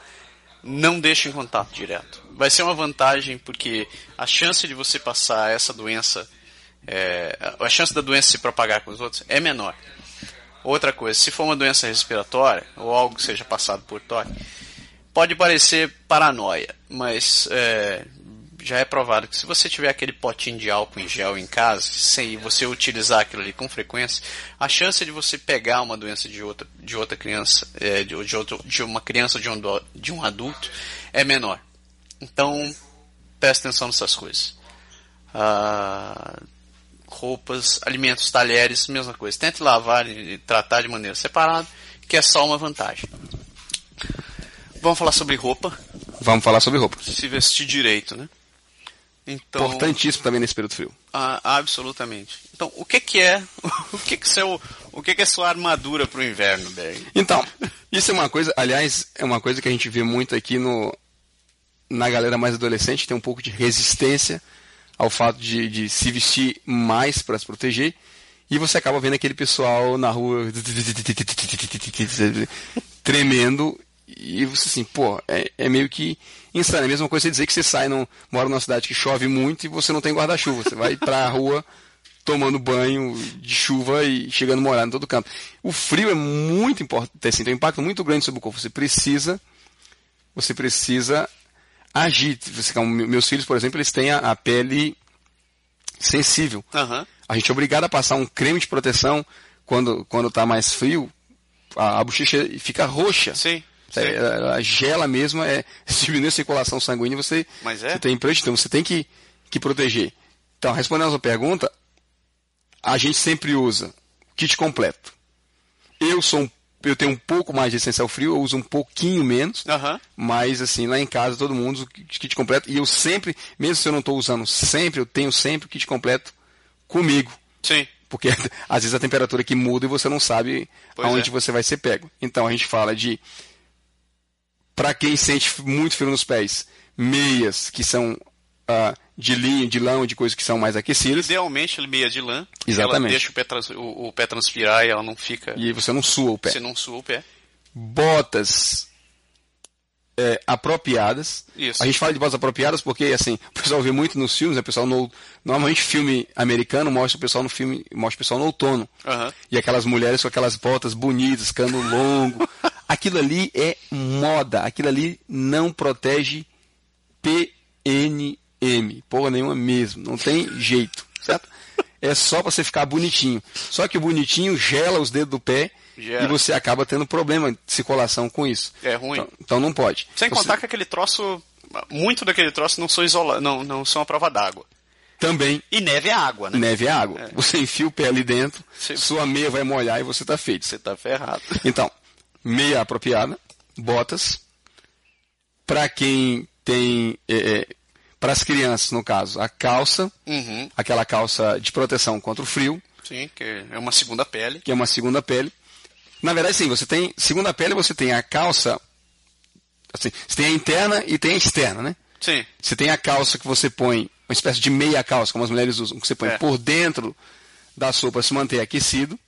Speaker 2: não deixe em contato direto. Vai ser uma vantagem porque a chance de você passar essa doença, é, a chance da doença se propagar com os outros é menor. Outra coisa, se for uma doença respiratória ou algo que seja passado por toque, pode parecer paranoia, mas é, já é provado que se você tiver aquele potinho de álcool em gel em casa sem- e você utilizar aquilo ali com frequência, a chance de você pegar uma doença de outra, de outra criança, é, de, de outro- de uma criança ou de um, do- de um adulto, é menor. Então, preste atenção nessas coisas. Ah, roupas, alimentos, talheres, mesma coisa. Tente lavar e tratar de maneira separada, que é só uma vantagem. Vamos falar sobre roupa,
Speaker 3: Vamos falar sobre roupa.
Speaker 2: se vestir direito, né? Então,
Speaker 3: Importantíssimo também nesse período frio.
Speaker 2: ah, absolutamente. Então, o que que é, *laughs* o que que seu, o que que é sua armadura para o inverno, Berg? *laughs*
Speaker 3: Então, isso é uma coisa, aliás, é uma coisa que a gente vê muito aqui no, na galera mais adolescente, tem um pouco de resistência ao fato de, de se vestir mais para se proteger. E você acaba vendo aquele pessoal na rua *laughs* tremendo. E você assim, pô, é, é meio que insano. É a mesma coisa você dizer que você sai, num, mora numa cidade que chove muito e você não tem guarda-chuva. Você vai pra rua tomando banho de chuva e chegando molhado em todo canto. O frio é muito importante, assim, tem um impacto muito grande sobre o corpo. Você precisa, você precisa agir. Você- como me- Meus filhos, por exemplo, eles têm a, a pele sensível.
Speaker 2: Aham.
Speaker 3: A gente é obrigado a passar um creme de proteção quando quando está mais frio. A, a bochecha fica roxa.
Speaker 2: Sim. sim.
Speaker 3: É, Ela, ela gela mesmo, é, *laughs* se diminuir a circulação sanguínea, você,
Speaker 2: Mas é.
Speaker 3: você tem prejuízo, então você tem que, que proteger. Então, respondendo a sua pergunta, a gente sempre usa kit completo. Eu sou um- eu tenho um pouco mais de essencial frio, eu uso um pouquinho menos,
Speaker 2: Aham.
Speaker 3: mas assim, lá em casa todo mundo usa o kit kit completo e eu sempre, mesmo se eu não estou usando sempre, eu tenho sempre o kit completo comigo.
Speaker 2: Sim.
Speaker 3: Porque *laughs* às vezes a temperatura que muda e você não sabe
Speaker 2: Pois
Speaker 3: aonde
Speaker 2: é.
Speaker 3: você vai ser pego. Então a gente fala de para quem sente muito frio nos pés, meias que são ah, de linho, de lã, de coisas que são mais aquecidas
Speaker 2: Idealmente meia de lã. que Ela
Speaker 3: Exatamente.
Speaker 2: deixa o pé, trans- o, o pé transpirar e ela não fica.
Speaker 3: e aí você não sua o pé.
Speaker 2: Você não sua o pé.
Speaker 3: Botas é, apropriadas.
Speaker 2: Isso.
Speaker 3: A gente fala de botas apropriadas porque assim, o pessoal vê muito nos filmes, né? O pessoal no normalmente filme americano mostra o pessoal no filme, mostra o pessoal no outono.
Speaker 2: Aham.
Speaker 3: E aquelas mulheres com aquelas botas bonitas, cano
Speaker 2: *laughs*
Speaker 3: longo. Aquilo ali é moda. Aquilo ali não protege PNM. Porra nenhuma mesmo. Não tem jeito, certo? É só pra você ficar bonitinho. Só que o bonitinho gela os dedos do pé
Speaker 2: Gela.
Speaker 3: e você acaba tendo problema de circulação com isso.
Speaker 2: É ruim.
Speaker 3: Então, então não pode.
Speaker 2: Sem
Speaker 3: Você-
Speaker 2: contar que aquele troço. Muito daquele troço não são isola... não, não são a prova d'água.
Speaker 3: Também
Speaker 2: E neve é água, né?
Speaker 3: neve é água. Você enfia o pé ali dentro,
Speaker 2: Sim.
Speaker 3: sua meia vai molhar e você tá feito.
Speaker 2: Você tá ferrado.
Speaker 3: Então, meia apropriada, botas. Para quem tem. para as crianças, no caso, a calça,
Speaker 2: Uhum.
Speaker 3: aquela calça de proteção contra o frio,
Speaker 2: Sim, que é uma segunda pele.
Speaker 3: que é uma segunda pele. Na verdade, sim, você tem. Segunda pele, você tem a calça. assim, você tem a interna e tem a externa, né?
Speaker 2: Sim.
Speaker 3: Você tem a calça que você põe, uma espécie de meia calça, como as mulheres usam, que você põe
Speaker 2: É.
Speaker 3: por dentro da sopa para se manter aquecido,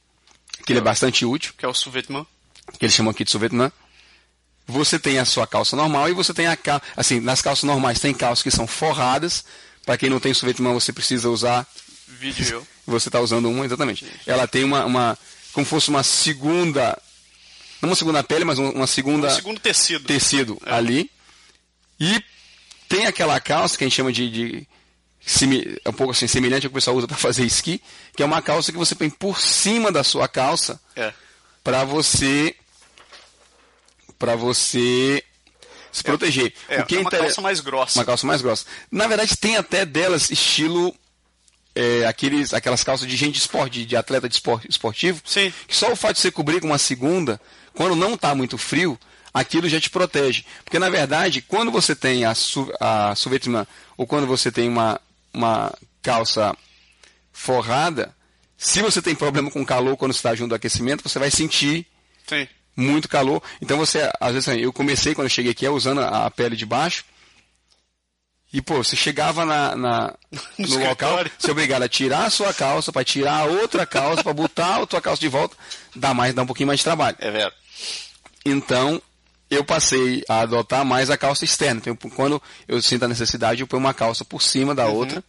Speaker 3: que ele é bastante útil.
Speaker 2: Que é o sous-vêtement.
Speaker 3: que eles chamam aqui de sovietanã, você tem a sua calça normal e você tem a calça. Assim, nas calças normais tem calças que são forradas. Para quem não tem sovietanã, você precisa usar. *laughs*
Speaker 2: Vídeo eu.
Speaker 3: Você está usando uma, exatamente. Ela tem uma, uma. Como fosse uma segunda. Não uma segunda pele, mas uma, uma segunda
Speaker 2: O É segundo tecido.
Speaker 3: tecido
Speaker 2: É.
Speaker 3: ali. E tem aquela calça que a gente chama de. de simi- é um pouco assim, semelhante ao que o pessoal usa para fazer esqui, que é uma calça que você põe por cima da sua calça
Speaker 2: É.
Speaker 3: para você para você se proteger.
Speaker 2: É, é uma
Speaker 3: inter-
Speaker 2: calça mais grossa.
Speaker 3: Uma calça mais grossa. Na verdade, tem até delas estilo é, aqueles, aquelas calças de gente de esporte, de, de atleta de espor- esportivo,
Speaker 2: Sim.
Speaker 3: que só o fato de você cobrir com uma segunda, quando não está muito frio, aquilo já te protege. Porque, na verdade, quando você tem a, su, a sous-vêtement ou quando você tem uma, uma calça forrada, se você tem problema com calor quando está junto do aquecimento, você vai sentir
Speaker 2: Sim.
Speaker 3: muito calor. Então você, às vezes, assim, eu comecei quando eu cheguei aqui é usando a a pele de baixo. E, pô, você chegava na, na-
Speaker 2: *laughs* No
Speaker 3: no local,
Speaker 2: escritório.
Speaker 3: você é obrigado a tirar a sua calça, para tirar a outra calça, para botar a tua calça de volta, dá mais, dá um pouquinho mais de trabalho.
Speaker 2: É verdade.
Speaker 3: Então, eu passei a adotar mais a calça externa. Então, quando eu sinto a necessidade, eu ponho uma calça por cima da outra,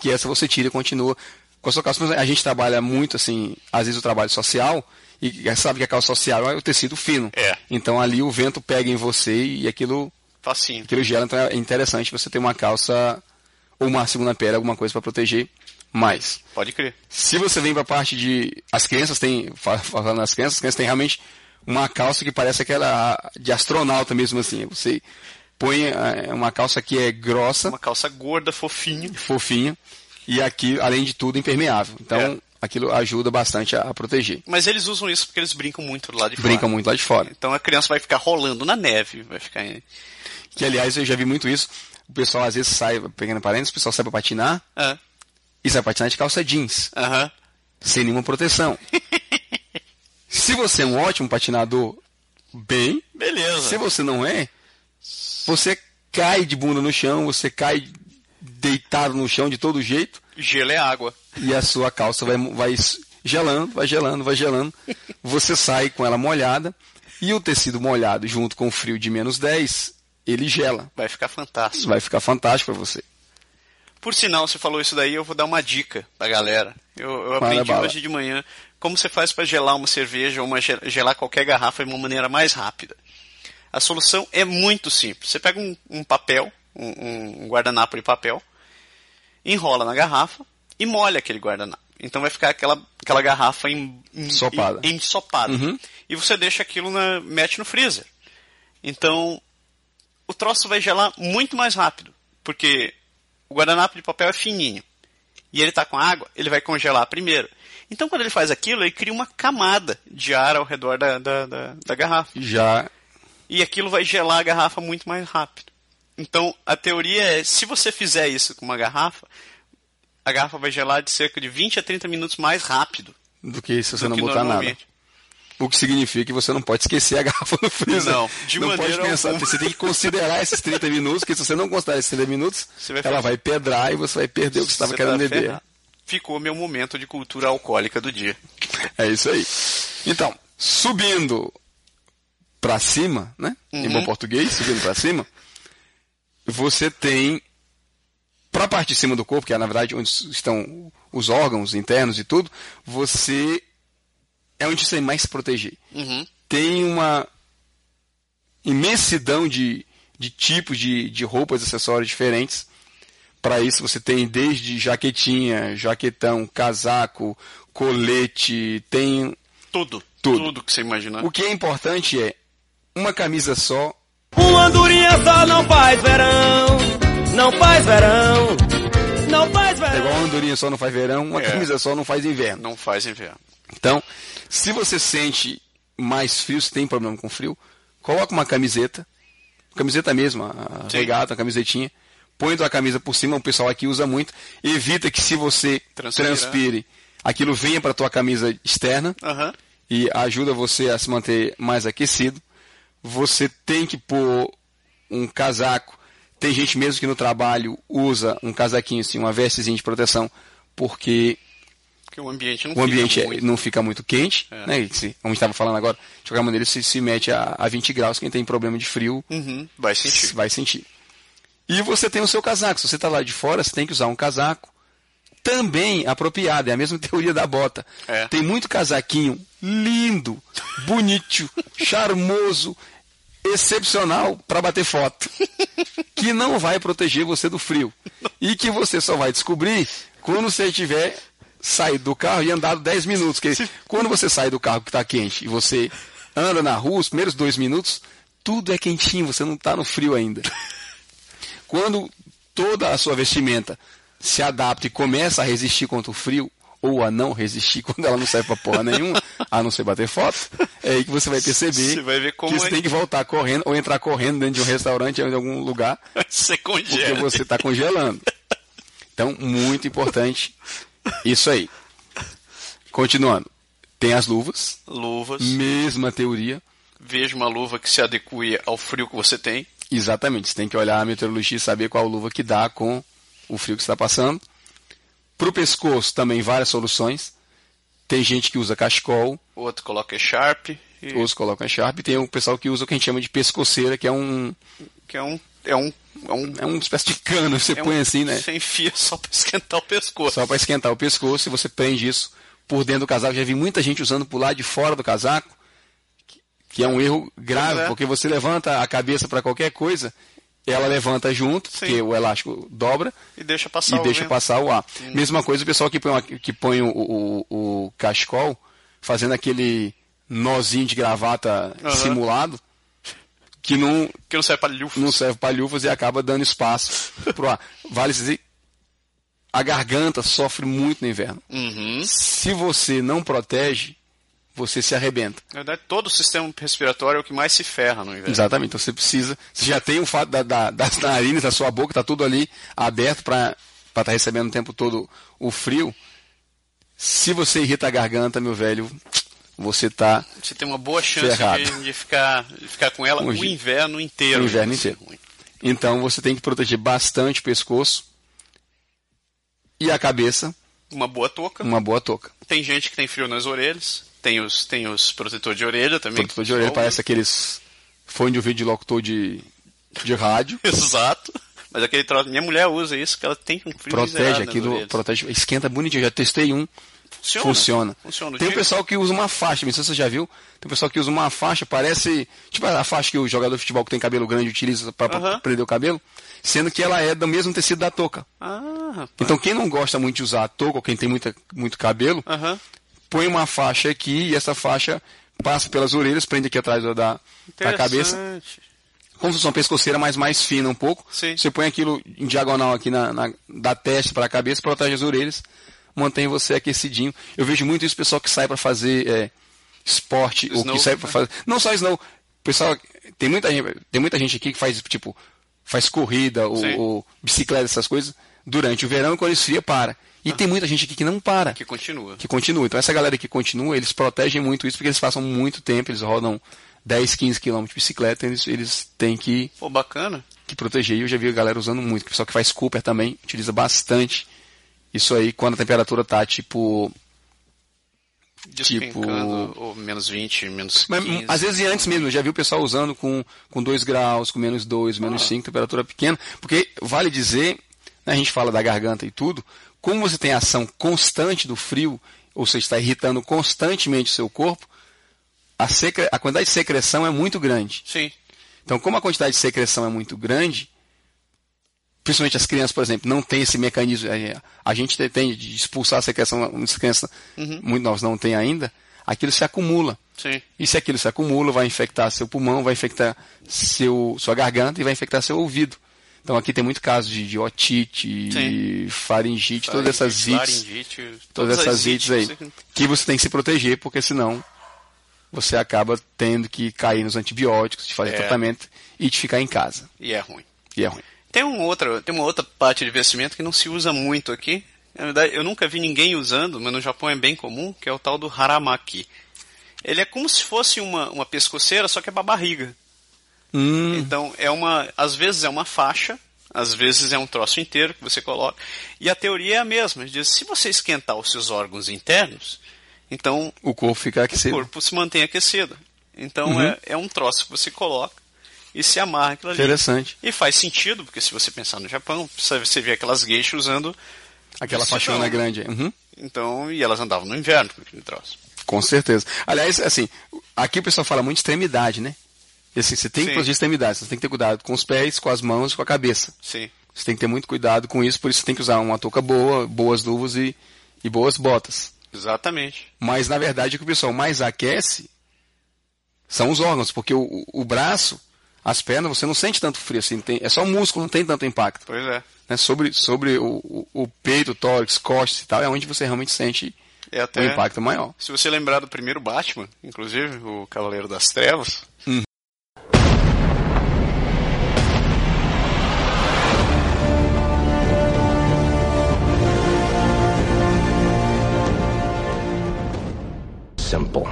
Speaker 3: que essa você tira e continua com a sua calça. Mas a gente trabalha muito, assim, às vezes o trabalho social, e sabe que a calça social é o tecido fino.
Speaker 2: É.
Speaker 3: Então, ali o vento pega em você e aquilo,
Speaker 2: Facinho.
Speaker 3: aquilo gela. Então, é interessante você ter uma calça ou uma segunda pele, alguma coisa para proteger mais.
Speaker 2: Pode crer.
Speaker 3: Se você vem para a parte de. As crianças têm. fa- Falando nas crianças, as crianças têm realmente uma calça que parece aquela de astronauta mesmo assim. Você põe eh, uma calça que é grossa,
Speaker 2: Uma calça gorda, fofinha.
Speaker 3: fofinha, e aqui, além de tudo, impermeável. Então,
Speaker 2: É.
Speaker 3: aquilo ajuda bastante a, a proteger.
Speaker 2: Mas eles usam isso porque eles brincam muito do lado de fora.
Speaker 3: Brinca muito lá de fora.
Speaker 2: Então a criança vai ficar rolando na neve, vai ficar em...
Speaker 3: Que, aliás, eu já vi muito isso. O pessoal às vezes sai, pegando parênteses, o pessoal sai para patinar
Speaker 2: Ah,
Speaker 3: e sai patinar de calça jeans.
Speaker 2: Aham.
Speaker 3: sem
Speaker 2: *laughs*
Speaker 3: nenhuma proteção. Se você é um ótimo patinador, bem.
Speaker 2: Beleza.
Speaker 3: Se você não é, você cai de bunda no chão, você cai deitado no chão de todo jeito
Speaker 2: Gelo é água.
Speaker 3: e a sua calça vai, vai gelando, vai gelando, vai gelando. Você sai com ela molhada e o tecido molhado junto com o frio de menos 10, ele gela.
Speaker 2: Vai ficar fantástico.
Speaker 3: Vai ficar fantástico para você.
Speaker 2: Por sinal, você falou isso daí, eu vou dar uma dica pra galera. Eu, eu
Speaker 3: Manda
Speaker 2: aprendi
Speaker 3: bala.
Speaker 2: hoje de manhã como você faz para gelar uma cerveja ou uma ge- gelar qualquer garrafa de uma maneira mais rápida. A solução é muito simples. Você pega um, um papel, um, um- um guardanapo de papel, enrola na garrafa e molha aquele guardanapo. Então vai ficar aquela, aquela garrafa em, em-
Speaker 3: Ensopada.
Speaker 2: em- ensopada.
Speaker 3: Uhum.
Speaker 2: E você deixa aquilo na, mete no freezer. Então o troço vai gelar muito mais rápido, porque o guardanapo de papel é fininho. E ele está com água, ele vai congelar primeiro. Então quando ele faz aquilo, ele cria uma camada de ar ao redor da- da- da, da garrafa
Speaker 3: Já
Speaker 2: e aquilo vai gelar a garrafa muito mais rápido. Então, a teoria é, se você fizer isso com uma garrafa, a garrafa vai gelar de cerca de 20 a 30 minutos mais rápido
Speaker 3: do que se você
Speaker 2: do
Speaker 3: não
Speaker 2: que
Speaker 3: botar nada.
Speaker 2: normalmente.
Speaker 3: O que significa que você não pode esquecer a garrafa no freezer.
Speaker 2: Não, de
Speaker 3: não pode
Speaker 2: maneira
Speaker 3: pensar,
Speaker 2: alguma.
Speaker 3: você tem que considerar esses 30 minutos, porque se você não considerar esses 30 minutos,
Speaker 2: Você vai
Speaker 3: ela
Speaker 2: ficar-
Speaker 3: vai pedrar e você vai perder o que você estava querendo
Speaker 2: tá
Speaker 3: beber.
Speaker 2: ferrado. Ficou meu momento de cultura alcoólica do dia.
Speaker 3: *laughs* É isso aí. Então, subindo pra cima, né? Em bom português, subindo pra cima, você tem pra parte de cima do corpo, que é na verdade onde estão os órgãos internos e tudo, você é onde você mais se proteger. Tem uma imensidão de, de tipos de, de roupas e acessórios diferentes. Para isso você tem desde jaquetinha, jaquetão, casaco, colete, tem
Speaker 2: Tudo.
Speaker 3: Tudo.
Speaker 2: Tudo que você imaginar.
Speaker 3: o que é importante é uma camisa só.
Speaker 4: Uma andorinha só não faz verão, não faz verão, não faz
Speaker 3: É
Speaker 4: verão.
Speaker 3: igual uma andorinha só não faz verão, uma
Speaker 2: É.
Speaker 3: camisa só não faz inverno.
Speaker 2: Não faz inverno.
Speaker 3: Então, se você sente mais frio, se tem problema com frio, coloca uma camiseta, camiseta mesmo, a a
Speaker 2: Sim.
Speaker 3: regata, a camisetinha, põe tua camisa por cima, o pessoal aqui usa muito, evita que se você
Speaker 2: Transpirar.
Speaker 3: transpire, aquilo venha para tua camisa externa,
Speaker 2: Aham.
Speaker 3: e ajuda você a se manter mais aquecido. Você tem que pôr um casaco. Tem gente mesmo que no trabalho usa um casaquinho, assim, uma vestezinha de proteção, porque
Speaker 2: Porque o ambiente não
Speaker 3: o ambiente
Speaker 2: fica
Speaker 3: é-
Speaker 2: muito.
Speaker 3: não fica muito quente,
Speaker 2: É.
Speaker 3: né? E se- Como estava falando agora, de qualquer maneira, se, se mete a, a 20 graus, quem tem problema de frio
Speaker 2: Uhum, Vai sentir. *laughs*
Speaker 3: vai sentir. E você tem o seu casaco. Se você está lá de fora, você tem que usar um casaco também apropriado. É a mesma *laughs* teoria da bota.
Speaker 2: É.
Speaker 3: Tem muito casaquinho lindo, bonito, *laughs* charmoso, excepcional para
Speaker 2: *laughs*
Speaker 3: bater foto. que não vai proteger você do frio. E que você só vai descobrir quando você tiver saído do carro e andado 10 minutos. Porque quando você sai do carro que está quente e você anda na rua, os primeiros dois minutos, tudo é quentinho, você não está no frio ainda quando toda a sua vestimenta se adapta e começa a resistir contra o frio, ou a não resistir *laughs* quando ela não serve pra porra nenhuma, a não ser bater foto, é aí que você vai perceber
Speaker 2: Você vai ver como
Speaker 3: que você
Speaker 2: é
Speaker 3: tem que voltar correndo ou entrar correndo dentro de um restaurante ou de algum lugar,
Speaker 2: Você
Speaker 3: porque
Speaker 2: congela.
Speaker 3: você está congelando. Então, muito importante isso aí. Continuando. Tem as luvas,
Speaker 2: Luvas.
Speaker 3: mesma teoria.
Speaker 2: Veja uma luva que se adeque ao frio que você tem.
Speaker 3: Exatamente, você tem que olhar a meteorologia e saber qual luva que dá com o frio que está passando. Para o pescoço, também várias soluções. Tem gente que usa cachecol,
Speaker 2: Outro coloca Sharp. E...
Speaker 3: outros colocam sharp, e tem o pessoal que usa o que a gente chama de pescoceira, que é um
Speaker 2: Que é um. É um. É um.
Speaker 3: é uma espécie de cano que você
Speaker 2: é um-
Speaker 3: põe assim, né?
Speaker 2: Você enfia *laughs* só pra esquentar o pescoço.
Speaker 3: Só para esquentar o pescoço, e você prende isso por dentro do casaco. Já vi muita gente usando por lá de fora do casaco, que- que é um erro grave,
Speaker 2: Pois é.
Speaker 3: porque você levanta a cabeça para qualquer coisa, ela levanta junto,
Speaker 2: Sim.
Speaker 3: porque o elástico dobra,
Speaker 2: E deixa passar
Speaker 3: e
Speaker 2: o
Speaker 3: deixa
Speaker 2: vento.
Speaker 3: passar o ar. Mesma coisa o pessoal que põe, uma- que põe o, o, o cachecol fazendo aquele nozinho de gravata
Speaker 2: Aham.
Speaker 3: simulado que não,
Speaker 2: Porque não sai pra lufas.
Speaker 3: não serve para luvas e acaba dando espaço pro ar. Vale dizer, a garganta sofre muito no inverno.
Speaker 2: Uhum.
Speaker 3: Se você não protege, você se arrebenta.
Speaker 2: Na verdade, todo o sistema respiratório é o que mais se ferra no inverno.
Speaker 3: Exatamente. Então você precisa. Você já tem o fato da- da- das narinas, da sua boca, tá tudo ali aberto para estar recebendo o tempo todo o frio. Se você irrita a garganta, meu velho, você tá
Speaker 2: Você tem uma boa chance
Speaker 3: Ferrado.
Speaker 2: de, de ficar, de ficar com ela
Speaker 3: Hoje.
Speaker 2: o inverno inteiro.
Speaker 3: O inverno inteiro. Então você tem que proteger bastante o pescoço e a cabeça,
Speaker 2: Uma boa touca.
Speaker 3: uma boa touca.
Speaker 2: Tem gente que tem frio nas orelhas. Tem os, tem os protetor de orelha também. um.
Speaker 3: Protetor de orelha
Speaker 2: Bom,
Speaker 3: parece aqueles fone de ouvido de locutor de, de rádio.
Speaker 2: *laughs* Exato. Mas aquele troço, minha mulher usa isso, que ela tem um frio
Speaker 3: Protege
Speaker 2: miserável nas
Speaker 3: aquilo,
Speaker 2: orelhas.
Speaker 3: protege, esquenta bonitinho. Eu já testei um,
Speaker 2: Funciona.
Speaker 3: funciona.
Speaker 2: Funciona.
Speaker 3: Tem o
Speaker 2: Digo-
Speaker 3: pessoal que usa uma faixa, não sei se você já viu. Tem o pessoal que usa uma faixa, parece. Tipo a faixa que o jogador de futebol que tem cabelo grande utiliza pra pra
Speaker 2: Aham.
Speaker 3: prender o cabelo, sendo que ela é do mesmo tecido da touca.
Speaker 2: Ah, rapaz.
Speaker 3: Então quem não gosta muito de usar a touca, ou quem tem muita, muito cabelo,
Speaker 2: Aham.
Speaker 3: põe uma faixa aqui e essa faixa passa pelas orelhas, prende aqui atrás da, da da cabeça.
Speaker 2: Interessante.
Speaker 3: Como se fosse uma pescoceira, mas mais fina um pouco.
Speaker 2: Sim.
Speaker 3: Você põe aquilo em diagonal aqui na, na- da testa para a cabeça, protege as orelhas, mantém você aquecidinho. Eu vejo muito isso pessoal que sai para fazer é, esporte ou
Speaker 2: Snow,
Speaker 3: que sai para
Speaker 2: né?
Speaker 3: fazer. Não só snow. Pessoal, tem muita gente, tem muita gente aqui que faz tipo faz corrida ou,
Speaker 2: Sim.
Speaker 3: ou bicicleta essas coisas durante o verão e quando esfria para. E tem muita gente aqui que não para
Speaker 2: Ah. Que continua.
Speaker 3: que continua. Então essa galera que continua, eles protegem muito isso porque eles passam muito tempo, eles rodam 10, 15 quilômetros de bicicleta, eles, eles têm que,
Speaker 2: Pô, bacana.
Speaker 3: que proteger. E eu já vi a galera usando muito. O pessoal que faz Cooper também utiliza bastante isso aí quando a temperatura tá tipo.
Speaker 2: Despencando, ou menos 20, menos 15.
Speaker 3: Mas, hum, às vezes e antes mesmo, eu já vi o pessoal usando com, com 2 graus, com menos 2, menos 5, temperatura pequena. Porque vale dizer, né, a gente fala da garganta e tudo, como você tem ação constante do frio, ou seja, está irritando constantemente o seu corpo, a, secre- a quantidade de secreção é muito grande.
Speaker 2: Sim.
Speaker 3: Então, como a quantidade de secreção é muito grande, principalmente as crianças, por exemplo, não tem esse mecanismo. é, A gente te- tem de expulsar a secreção, muitas crianças, muito nós não tem ainda, aquilo se acumula.
Speaker 2: Sim.
Speaker 3: E se aquilo se acumula, vai infectar seu pulmão, vai infectar seu, sua garganta e vai infectar seu ouvido. Então aqui tem muito caso de, de otite,
Speaker 2: Sim.
Speaker 3: faringite, todas essas ites,
Speaker 2: Laringite,
Speaker 3: todas essas ites aí,
Speaker 2: você-
Speaker 3: que você tem que se proteger, porque senão você acaba tendo que cair nos antibióticos, de fazer
Speaker 2: É.
Speaker 3: tratamento e de ficar em casa.
Speaker 2: E é ruim.
Speaker 3: E é ruim.
Speaker 2: Tem, um outra, tem uma outra parte de investimento que não se usa muito aqui. Na verdade, eu nunca vi ninguém usando, mas no Japão é bem comum, que é o tal do haramaki. Ele é como se fosse uma, uma pescoceira, só que é pra barriga.
Speaker 3: Hum,
Speaker 2: Então, é uma, às vezes é uma faixa, às vezes é um troço inteiro que você coloca. E a teoria é a mesma. Diz, se você esquentar os seus órgãos internos, então
Speaker 3: o corpo fica aqui
Speaker 2: o corpo se mantém aquecido. Então,
Speaker 3: Uhum.
Speaker 2: é, é um troço que você coloca e se amarra aquilo ali.
Speaker 3: Interessante.
Speaker 2: E faz sentido, porque se você pensar no Japão, você você vê aquelas geishas usando,
Speaker 3: Aquela
Speaker 2: Isso
Speaker 3: faixona
Speaker 2: não.
Speaker 3: grande. Uhum.
Speaker 2: então, e elas andavam no inverno com aquele troço.
Speaker 3: Com certeza. Aliás, assim, aqui o pessoal fala muito de extremidade, né? E assim, você tem que
Speaker 2: Sim.
Speaker 3: proteger extremidades, você tem que ter cuidado com os pés, com as mãos e com a cabeça.
Speaker 2: Sim.
Speaker 3: Você tem que ter muito cuidado com isso, por isso você tem que usar uma touca boa, boas luvas e, e boas botas.
Speaker 2: Exatamente.
Speaker 3: Mas na verdade o que o pessoal mais aquece são os órgãos, porque o, o- o braço, as pernas, você não sente tanto frio assim, tem- é só músculo, não tem tanto impacto.
Speaker 2: Pois é.
Speaker 3: né? Sobre, sobre o, o- o peito, o tórax, costas e tal, é onde você realmente sente
Speaker 2: É
Speaker 3: o
Speaker 2: até.
Speaker 3: impacto maior.
Speaker 2: Se você lembrar do primeiro Batman, inclusive, o Cavaleiro das Trevas,
Speaker 3: Hum.
Speaker 6: Simple.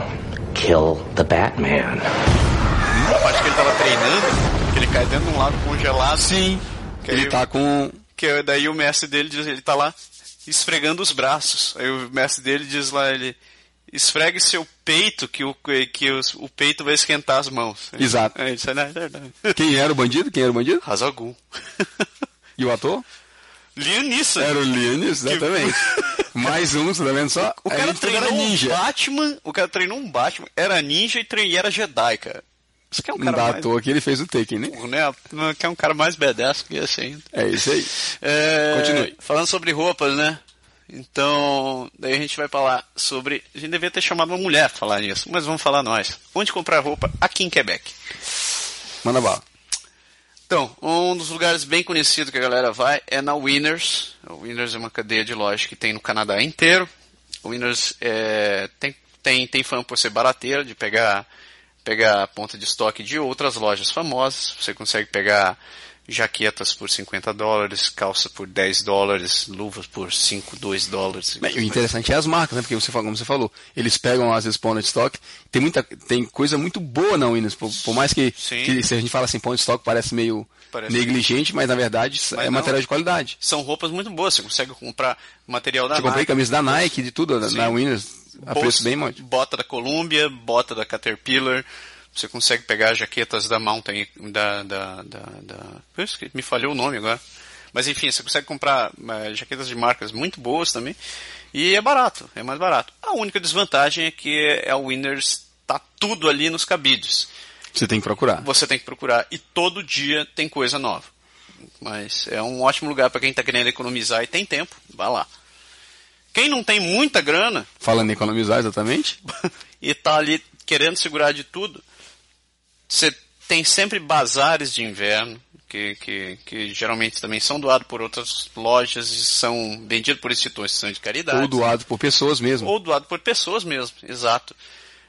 Speaker 6: Kill the Batman.
Speaker 2: a parte que ele tava treinando, que ele cai dentro de um lago congelado. Sim. Que,
Speaker 3: Ele
Speaker 2: aí-
Speaker 3: tá com
Speaker 2: que é daí o mestre dele diz, ele tá lá esfregando os braços. Aí o mestre dele diz lá, ele. Esfregue seu peito que o, que os- o peito vai esquentar as mãos.
Speaker 3: Exato.
Speaker 2: Aí ele sai, "Não, é
Speaker 3: *laughs*
Speaker 2: verdade.
Speaker 3: Quem era o bandido? Quem era o bandido?
Speaker 2: Razagul.
Speaker 3: E o ator?
Speaker 2: *laughs* Liam Neeson.
Speaker 3: Era o Linus,
Speaker 2: *laughs*
Speaker 3: exatamente. Mais um, você tá vendo só?
Speaker 2: né? O
Speaker 3: Aí
Speaker 2: cara
Speaker 3: ele também
Speaker 2: treinou
Speaker 3: era
Speaker 2: um Batman, o cara treinou um Batman, era ninja e tre- e era Jedi, cara. Isso que é um
Speaker 3: Não
Speaker 2: cara
Speaker 3: dá à
Speaker 2: mais
Speaker 3: toa que ele fez o Taken, né?
Speaker 2: burro, né? Que é um cara mais badass que esse ainda.
Speaker 3: É isso aí.
Speaker 2: É,
Speaker 3: Continue.
Speaker 2: Falando sobre roupas, né? Então, daí a gente vai falar sobre. A gente devia ter chamado uma mulher pra falar nisso, mas vamos falar nós. Onde comprar roupa aqui em Quebec?
Speaker 3: Manda bala.
Speaker 2: Então, um dos lugares bem conhecidos que a galera vai é na Winners. A Winners é uma cadeia de lojas que tem no Canadá inteiro. A Winners é, tem, tem, tem fama por ser barateira, de pegar, pegar ponta de estoque de outras lojas famosas. Você consegue pegar jaquetas por 50 dólares, calça por 10 dólares, luvas por 5, 2 dólares.
Speaker 3: Bem, O interessante é as marcas, né? Porque você fala, como você falou, eles pegam as vezes pão de estoque. Tem muita, tem coisa muito boa na Windows. Por, por mais que,
Speaker 2: Sim.
Speaker 3: que se a gente fala assim, pão de estoque parece meio
Speaker 2: Parece
Speaker 3: negligente, mas na verdade é
Speaker 2: não.
Speaker 3: material de qualidade.
Speaker 2: São roupas muito boas, você consegue comprar material da
Speaker 3: Eu comprei
Speaker 2: Nike.
Speaker 3: camisa da Nike, de tudo, na-
Speaker 2: Sim.
Speaker 3: na Windows, a
Speaker 2: Bolsa-
Speaker 3: preço bem mais.
Speaker 2: Bota da Columbia, bota da Caterpillar, Você consegue pegar jaquetas da Mountain, da, da, da, da- Eu esque- me falhou o nome agora. Mas enfim, você consegue comprar eh, jaquetas de marcas muito boas também. E é barato, é mais barato. A única desvantagem é que a Winners tá tudo ali nos cabides.
Speaker 3: Você tem que procurar.
Speaker 2: Você tem que procurar. E todo dia tem coisa nova. Mas é um ótimo lugar para quem está querendo economizar e tem tempo, vá lá. Quem não tem muita grana,
Speaker 3: Falando em economizar, exatamente.
Speaker 2: *laughs* e tá ali querendo segurar de tudo, você tem sempre bazares de inverno, que, que, que geralmente também são doados por outras lojas e são vendidos por instituições de caridade.
Speaker 3: Ou doado por pessoas mesmo.
Speaker 2: Ou doado por pessoas mesmo, exato.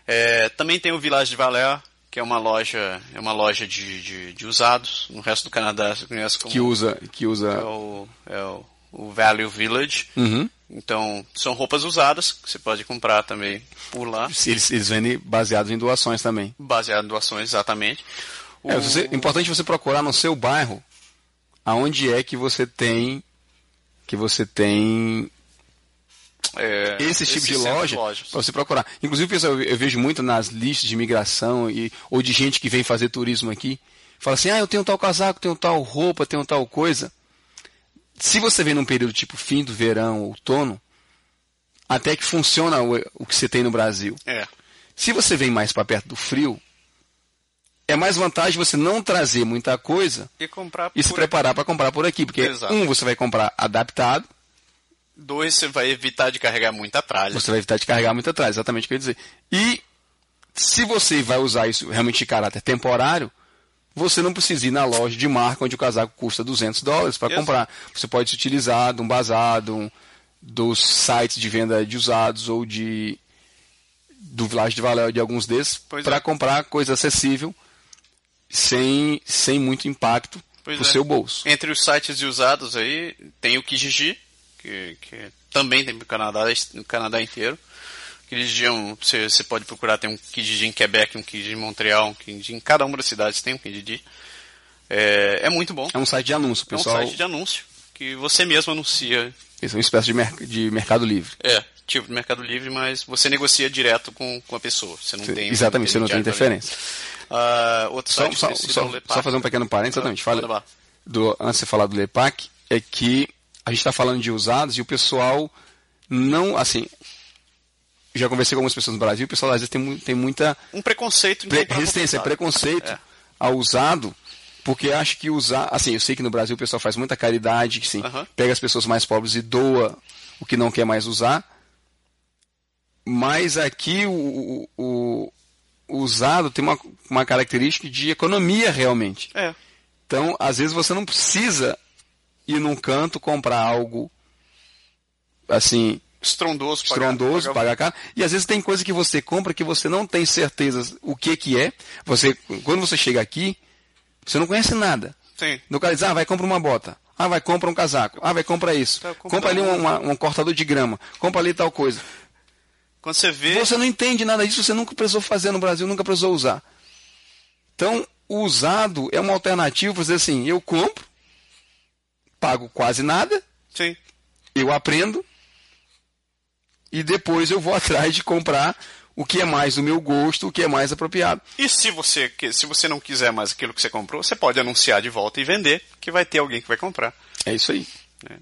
Speaker 2: É, também tem o Village de Valé, que é uma loja, é uma loja de, de, de usados. No resto do Canadá você conhece como
Speaker 3: Que usa. Que
Speaker 2: é
Speaker 3: usa.
Speaker 2: o, é o, o Value Village.
Speaker 3: Uhum.
Speaker 2: Então, são roupas usadas, que você pode comprar também por lá.
Speaker 3: Eles, eles vendem baseados em doações também.
Speaker 2: baseado em doações, exatamente. O-
Speaker 3: É, você- é importante você procurar no seu bairro aonde é que você tem. Que você tem
Speaker 2: é,
Speaker 3: esse tipo de
Speaker 2: centro
Speaker 3: loja
Speaker 2: lojas.
Speaker 3: para você procurar. Inclusive, pessoal, eu eu vejo muito nas listas de imigração e, ou de gente que vem fazer turismo aqui. Fala assim, ah, eu tenho tal casaco, tenho tal roupa, tenho tal coisa. Se você vem num período tipo fim do verão, outono, até que funciona o, o que você tem no Brasil.
Speaker 2: É,
Speaker 3: Se você vem mais para perto do frio, é mais vantagem você não trazer muita coisa
Speaker 2: e comprar
Speaker 3: e se
Speaker 2: por
Speaker 3: preparar para comprar por aqui. Porque,
Speaker 2: Exato.
Speaker 3: um, você vai comprar adaptado,
Speaker 2: dois, você vai evitar de carregar muita tralha.
Speaker 3: Você vai evitar de carregar muito atrás, exatamente o que eu ia dizer. E se você vai usar isso realmente de caráter temporário, você não precisa ir na loja de marca onde o casaco custa 200 dólares para
Speaker 2: Exato.
Speaker 3: comprar. Você pode se utilizar de um bazar, de um- dos sites de venda de usados ou de do Village de Valeu de alguns desses
Speaker 2: Pois
Speaker 3: para
Speaker 2: é.
Speaker 3: comprar coisa acessível sem, sem muito impacto
Speaker 2: Pois
Speaker 3: pro
Speaker 2: é.
Speaker 3: seu bolso.
Speaker 2: Entre os sites de usados aí, tem o Kijiji, que, que também tem no Canadá, no Canadá inteiro. Kijiji é um, você, você pode procurar, tem um Kijiji em Quebec, um Kijiji em Montreal, um Kijiji em cada uma das cidades tem um Kijiji. É, é muito bom.
Speaker 3: É um site de anúncio,
Speaker 2: É um
Speaker 3: pessoal.
Speaker 2: site de anúncio, que você mesmo anuncia
Speaker 3: Isso é uma espécie de, merc- de mercado livre.
Speaker 2: É, tipo do Mercado Livre, mas você negocia direto com, com a pessoa. Você não
Speaker 3: Você-
Speaker 2: tem.
Speaker 3: exatamente, você não tem
Speaker 2: intermediário
Speaker 3: interferência.
Speaker 2: pra lidar. Ah, outro
Speaker 3: Só,
Speaker 2: site,
Speaker 3: só-
Speaker 2: preciso
Speaker 3: só-
Speaker 2: ler
Speaker 3: só
Speaker 2: parte.
Speaker 3: fazer um pequeno parênteses, exatamente.
Speaker 2: Manda lá.
Speaker 3: Fala, do, antes de você falar do Lepac, é que a gente está falando de usados e o pessoal não, assim, já conversei com algumas pessoas no Brasil, o pessoal às vezes tem, mu- tem muita
Speaker 2: Um preconceito em
Speaker 3: pre-
Speaker 2: comprar
Speaker 3: resistência,
Speaker 2: computador.
Speaker 3: preconceito
Speaker 2: É.
Speaker 3: ao usado, porque acha que usar, assim, eu sei que no Brasil o pessoal faz muita caridade, que sim,
Speaker 2: Aham.
Speaker 3: pega as pessoas mais pobres e doa o que não quer mais usar, mas aqui o, o- o- o usado tem uma, uma característica de economia realmente.
Speaker 2: É,
Speaker 3: Então, às vezes você não precisa ir num canto comprar algo assim
Speaker 2: estrondoso, pagar-
Speaker 3: estrondoso,
Speaker 2: pagar-
Speaker 3: pagar caro. E às vezes tem coisa que você compra que você não tem certeza o que que é. Você quando você chega aqui, você não conhece nada.
Speaker 2: Sim.
Speaker 3: No cara diz, ah, vai compra uma bota. Ah, vai compra um casaco. Ah, vai compra isso.
Speaker 2: Tá, compra
Speaker 3: compra, ali
Speaker 2: um-
Speaker 3: uma- um cortador de grama. Compra ali tal coisa.
Speaker 2: Quando você vê.
Speaker 3: Você não entende nada disso, você nunca precisou fazer no Brasil, nunca precisou usar. Então, o usado é uma alternativa para dizer assim, eu compro, pago quase nada,
Speaker 2: Sim.
Speaker 3: eu aprendo e depois eu vou *laughs* atrás de comprar o que é mais do meu gosto, o que é mais apropriado.
Speaker 2: E se você, que- se você não quiser mais aquilo que você comprou, você pode anunciar de volta e vender, que vai ter alguém que vai comprar.
Speaker 3: É isso aí.
Speaker 2: É.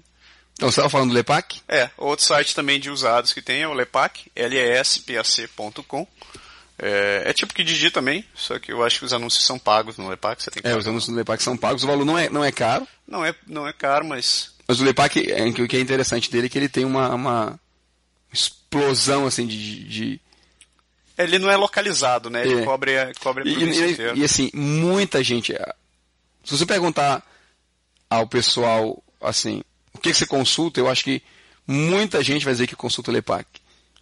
Speaker 3: Então, você estava falando do Lepac?
Speaker 2: É, outro site também de usados que tem é o Lepac, lespac.com. É, é tipo que Digi também, só que eu acho que os anúncios são pagos no Lepac, você tem que
Speaker 3: É,
Speaker 2: pagar.
Speaker 3: os anúncios do Lepac são pagos, o valor não é, não é caro,
Speaker 2: Não é, não é caro, mas
Speaker 3: Mas o Lepac, é, o que é interessante dele é que ele tem uma, uma explosão assim de- de,
Speaker 2: ele não é localizado, né? Ele
Speaker 3: É.
Speaker 2: cobre, a- cobre a
Speaker 3: E,
Speaker 2: província
Speaker 3: e-
Speaker 2: inteira.
Speaker 3: e, assim, muita gente. ah, Se você perguntar ao pessoal assim, o que, que você consulta, eu acho que muita gente vai dizer que consulta o Lepac.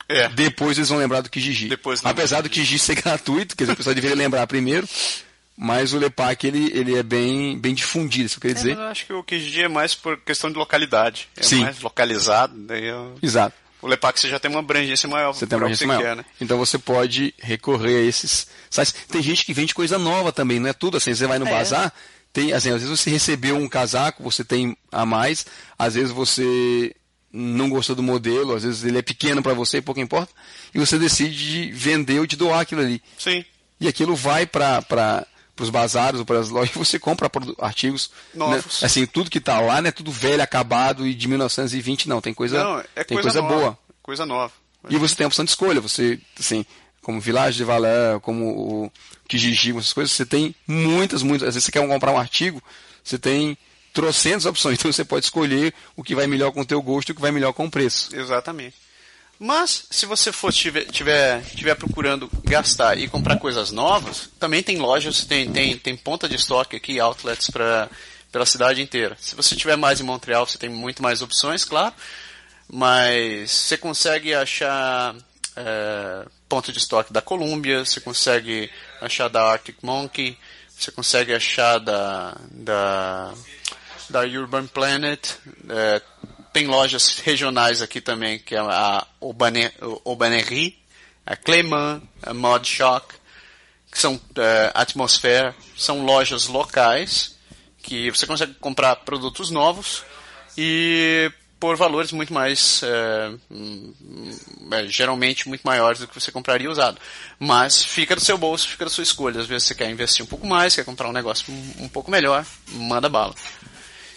Speaker 2: é.
Speaker 3: *laughs* Depois eles vão lembrar do Kijiji.
Speaker 2: Depois lembra
Speaker 3: Apesar
Speaker 2: do
Speaker 3: do Kijiji ser *laughs* gratuito, quer dizer, o pessoal deveria lembrar primeiro, mas o Lepac ele, ele é bem, bem difundido, isso que eu queria
Speaker 2: Mas
Speaker 3: dizer.
Speaker 2: eu acho que o QG é mais por questão de localidade. É
Speaker 3: Sim.
Speaker 2: mais localizado. Daí eu-
Speaker 3: Exato.
Speaker 2: O Lepac você já tem uma abrangência maior.
Speaker 3: Você tem
Speaker 2: pra
Speaker 3: uma
Speaker 2: o que
Speaker 3: agência
Speaker 2: você
Speaker 3: maior.
Speaker 2: quer, né?
Speaker 3: Então você pode recorrer a esses sites. Tem gente que vende coisa nova também, não é tudo assim. Você vai no bazar, tem, assim, às vezes você recebeu um casaco, você tem a mais, às vezes você não gostou do modelo, às vezes ele é pequeno para você, pouco importa, e você decide de vender ou de doar aquilo ali.
Speaker 2: Sim.
Speaker 3: e aquilo vai para os bazares ou para as lojas *laughs* e você compra produ- artigos
Speaker 2: Novos.
Speaker 3: né? Assim, tudo que está lá, né? Tudo velho, acabado e de 1920 não, tem coisa,
Speaker 2: Não, é
Speaker 3: tem
Speaker 2: coisa,
Speaker 3: coisa
Speaker 2: nova,
Speaker 3: boa.
Speaker 2: Coisa nova.
Speaker 3: E você tem a opção de escolha, você, assim, como Village de Valé, como o Kijiji, essas coisas, você tem muitas, muitas. Às vezes você quer comprar um artigo, você tem trocentas opções, *laughs* então você pode escolher o que vai melhor com o teu gosto e o que vai melhor com o preço.
Speaker 2: Exatamente. Mas se você for tiver, tiver, tiver procurando gastar e comprar coisas novas, também tem lojas, tem, tem, tem ponta de estoque aqui, outlets pra, pela cidade inteira. Se você tiver mais em Montreal, você tem muito mais opções, claro, mas você consegue achar é, ponto de estoque da Columbia, você consegue achar da Arctic Monkey, você consegue achar da, da da Urban Planet. é, tem lojas regionais aqui também, que é a Aubane- Aubanerie, a Clément, a Mod Shock, que são é, Atmosfera, são lojas locais que você consegue comprar produtos novos e por valores muito mais é, hum, é, geralmente muito maiores do que você compraria usado, mas fica do seu bolso, fica da sua escolha. Às vezes você quer investir um pouco mais, quer comprar um negócio um- um pouco melhor, manda bala.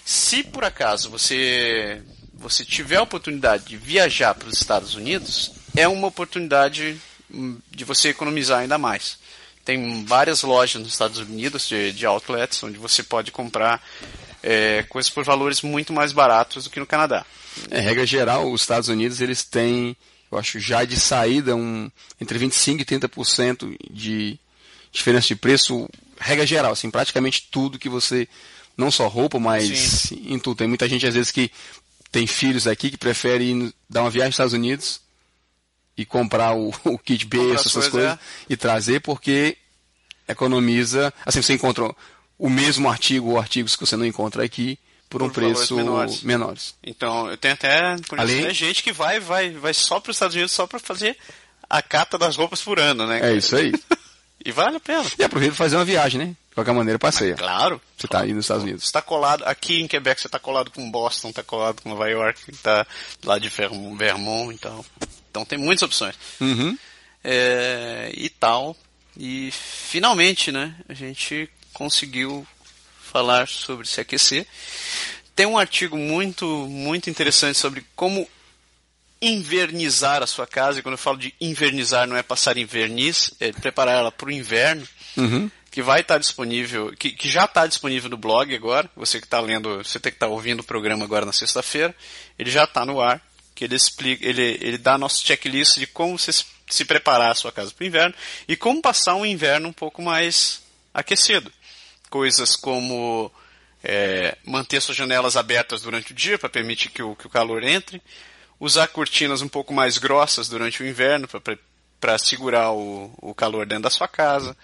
Speaker 2: Se por acaso você você tiver a oportunidade de viajar para os Estados Unidos, é uma oportunidade hum, de você economizar ainda mais. Tem várias lojas nos Estados Unidos de, de outlets onde você pode comprar eh, coisas por valores muito mais baratos do que no Canadá.
Speaker 3: É, regra geral, os Estados Unidos eles têm, eu acho, já de saída um entre 25 e 30% de diferença de preço, regra geral, assim, praticamente tudo que você não só roupa, mas em tudo. Tem muita gente às vezes que tem filhos aqui que prefere ir no- dar uma viagem aos Estados Unidos e comprar o, *laughs* o kit
Speaker 2: Comprar é. as
Speaker 3: berço, essas
Speaker 2: coisas,
Speaker 3: coisas, e trazer porque economiza, assim você encontra o mesmo artigo ou artigos que você não encontra aqui por um
Speaker 2: Por valores
Speaker 3: preço
Speaker 2: menores.
Speaker 3: menores.
Speaker 2: Então, eu tenho até conheço
Speaker 3: Além-
Speaker 2: até gente que vai vai vai só para os Estados Unidos só para fazer a cata das roupas por ano, né?
Speaker 3: É isso aí.
Speaker 2: E vale a pena.
Speaker 3: E aproveita pra fazer uma viagem, né? De qualquer maneira, passeia.
Speaker 2: Claro.
Speaker 3: Você tá aí nos Estados
Speaker 2: Você
Speaker 3: Unidos.
Speaker 2: está colado, aqui em Quebec você está colado com Boston, está colado com Nova York, está lá de Verm- Vermont, então. Então tem muitas opções.
Speaker 3: Uhum.
Speaker 2: É, e tal. E finalmente, né, a gente conseguiu falar sobre se aquecer. Tem um artigo muito, muito interessante sobre como invernizar a sua casa, e quando eu falo de invernizar não é passar em verniz, é preparar ela para o inverno
Speaker 3: Uhum.
Speaker 2: que vai estar disponível, que, que já está disponível no blog agora, você que está lendo, você tem que estar ouvindo o programa agora na sexta-feira, ele já está no ar, que ele explica, ele, ele dá nosso checklist de como você se, se preparar a sua casa para o inverno e como passar um inverno um pouco mais aquecido. Coisas como é, manter suas janelas abertas durante o dia para permitir que o, que o calor entre, usar cortinas um pouco mais grossas durante o inverno para segurar o, o calor dentro da sua casa,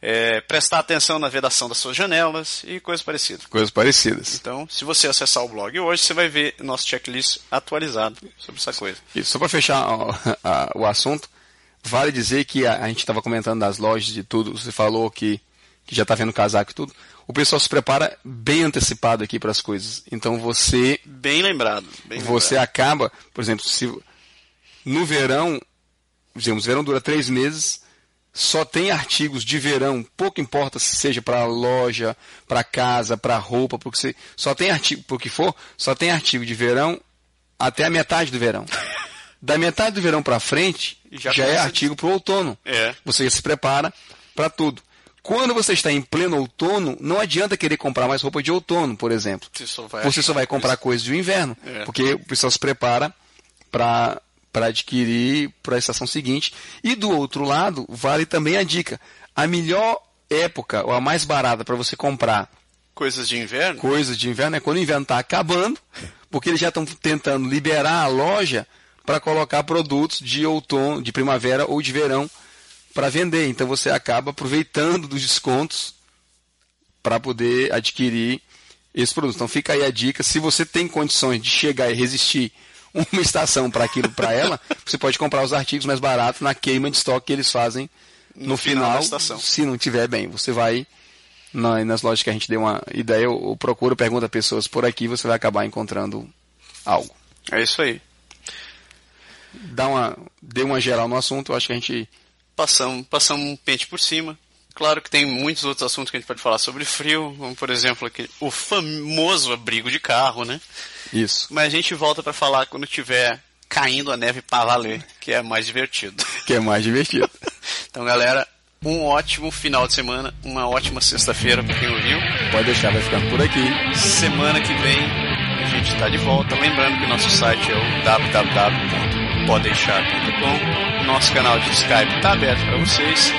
Speaker 2: é, prestar atenção na vedação das suas janelas e coisas parecidas.
Speaker 3: Coisas parecidas.
Speaker 2: Então, se você acessar o blog hoje, você vai ver nosso checklist atualizado sobre essa coisa.
Speaker 3: E só pra fechar ó, *laughs* a- o assunto, vale dizer que a, a gente tava comentando das lojas e tudo, você falou que, que já tá vendo casaco e tudo. O pessoal se prepara bem antecipado aqui para as coisas. Então você
Speaker 2: Bem lembrado. Bem
Speaker 3: você
Speaker 2: lembrado.
Speaker 3: acaba, por exemplo, se no verão, dizemos, verão dura três meses, só tem artigos de verão, pouco importa se seja para loja, para casa, para roupa, porque você só tem artigo, por que for, só tem artigo de verão até a metade do
Speaker 2: *laughs*
Speaker 3: verão. Da metade do verão para frente,
Speaker 2: E já
Speaker 3: já, é
Speaker 2: começa a
Speaker 3: artigo para o outono.
Speaker 2: É.
Speaker 3: Você se prepara para tudo. Quando você está em pleno outono, não adianta querer comprar mais roupa de outono, por exemplo
Speaker 2: Você só vai
Speaker 3: você só vai comprar coisas do inverno,
Speaker 2: É.
Speaker 3: porque o pessoal se prepara para para adquirir para a estação seguinte. E do outro lado, vale também a dica. A melhor época ou a mais barata para você comprar
Speaker 2: coisas de inverno.
Speaker 3: coisas de inverno é quando o inverno está acabando, porque eles já estão tentando liberar a loja para colocar produtos de outono, de primavera ou de verão para vender. Então você acaba aproveitando dos descontos para poder adquirir esse produto. Então fica aí a dica, se você tem condições de chegar e resistir *laughs* uma estação para aquilo para ela, você pode comprar os artigos mais baratos na queima de estoque que eles fazem no,
Speaker 2: No final
Speaker 3: final,
Speaker 2: da estação.
Speaker 3: se não tiver bem, você vai na- nas lojas que a gente deu uma ideia, ou, ou procura, pergunta a pessoas por aqui, você vai acabar encontrando algo.
Speaker 2: É isso aí.
Speaker 3: Dá uma, deu uma geral no assunto, eu acho que a gente
Speaker 2: passamos, passamos um pente por cima. Claro que tem muitos outros assuntos que a gente pode falar sobre frio, como por exemplo aqui, o famoso abrigo de carro, né?
Speaker 3: Isso.
Speaker 2: Mas a gente volta para falar quando tiver caindo a neve para valer, que é mais divertido. *laughs*
Speaker 3: Que é mais divertido.
Speaker 2: Então, galera, um ótimo final de semana, uma ótima sexta-feira para quem ouviu.
Speaker 3: Pode deixar, vai ficando por aqui.
Speaker 2: Semana que vem a gente está de volta. Lembrando que nosso site é o www.podeixar.com. Nosso canal de Skype está aberto para vocês.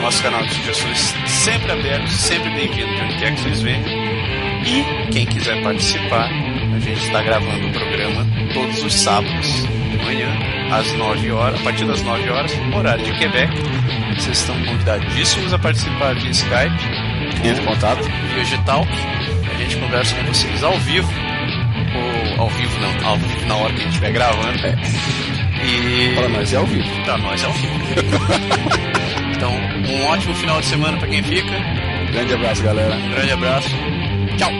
Speaker 2: Nosso canal de sugestões sempre aberto, sempre bem-vindo de onde quer que vocês venham. E quem quiser participar, a gente está gravando o programa todos os sábados de manhã, às 9 horas, a partir das 9 horas, horário de Quebec. Vocês estão convidadíssimos a participar de Skype
Speaker 3: Entre em contato.
Speaker 2: digital. A gente conversa com vocês ao vivo. Ou ao vivo não, ao vivo na hora que a gente estiver gravando. E
Speaker 3: Para nós é ao vivo.
Speaker 2: pra nós é ao vivo. *laughs* então, um ótimo final de semana pra quem fica.
Speaker 3: Grande abraço, galera.
Speaker 2: Um grande abraço. Tchau!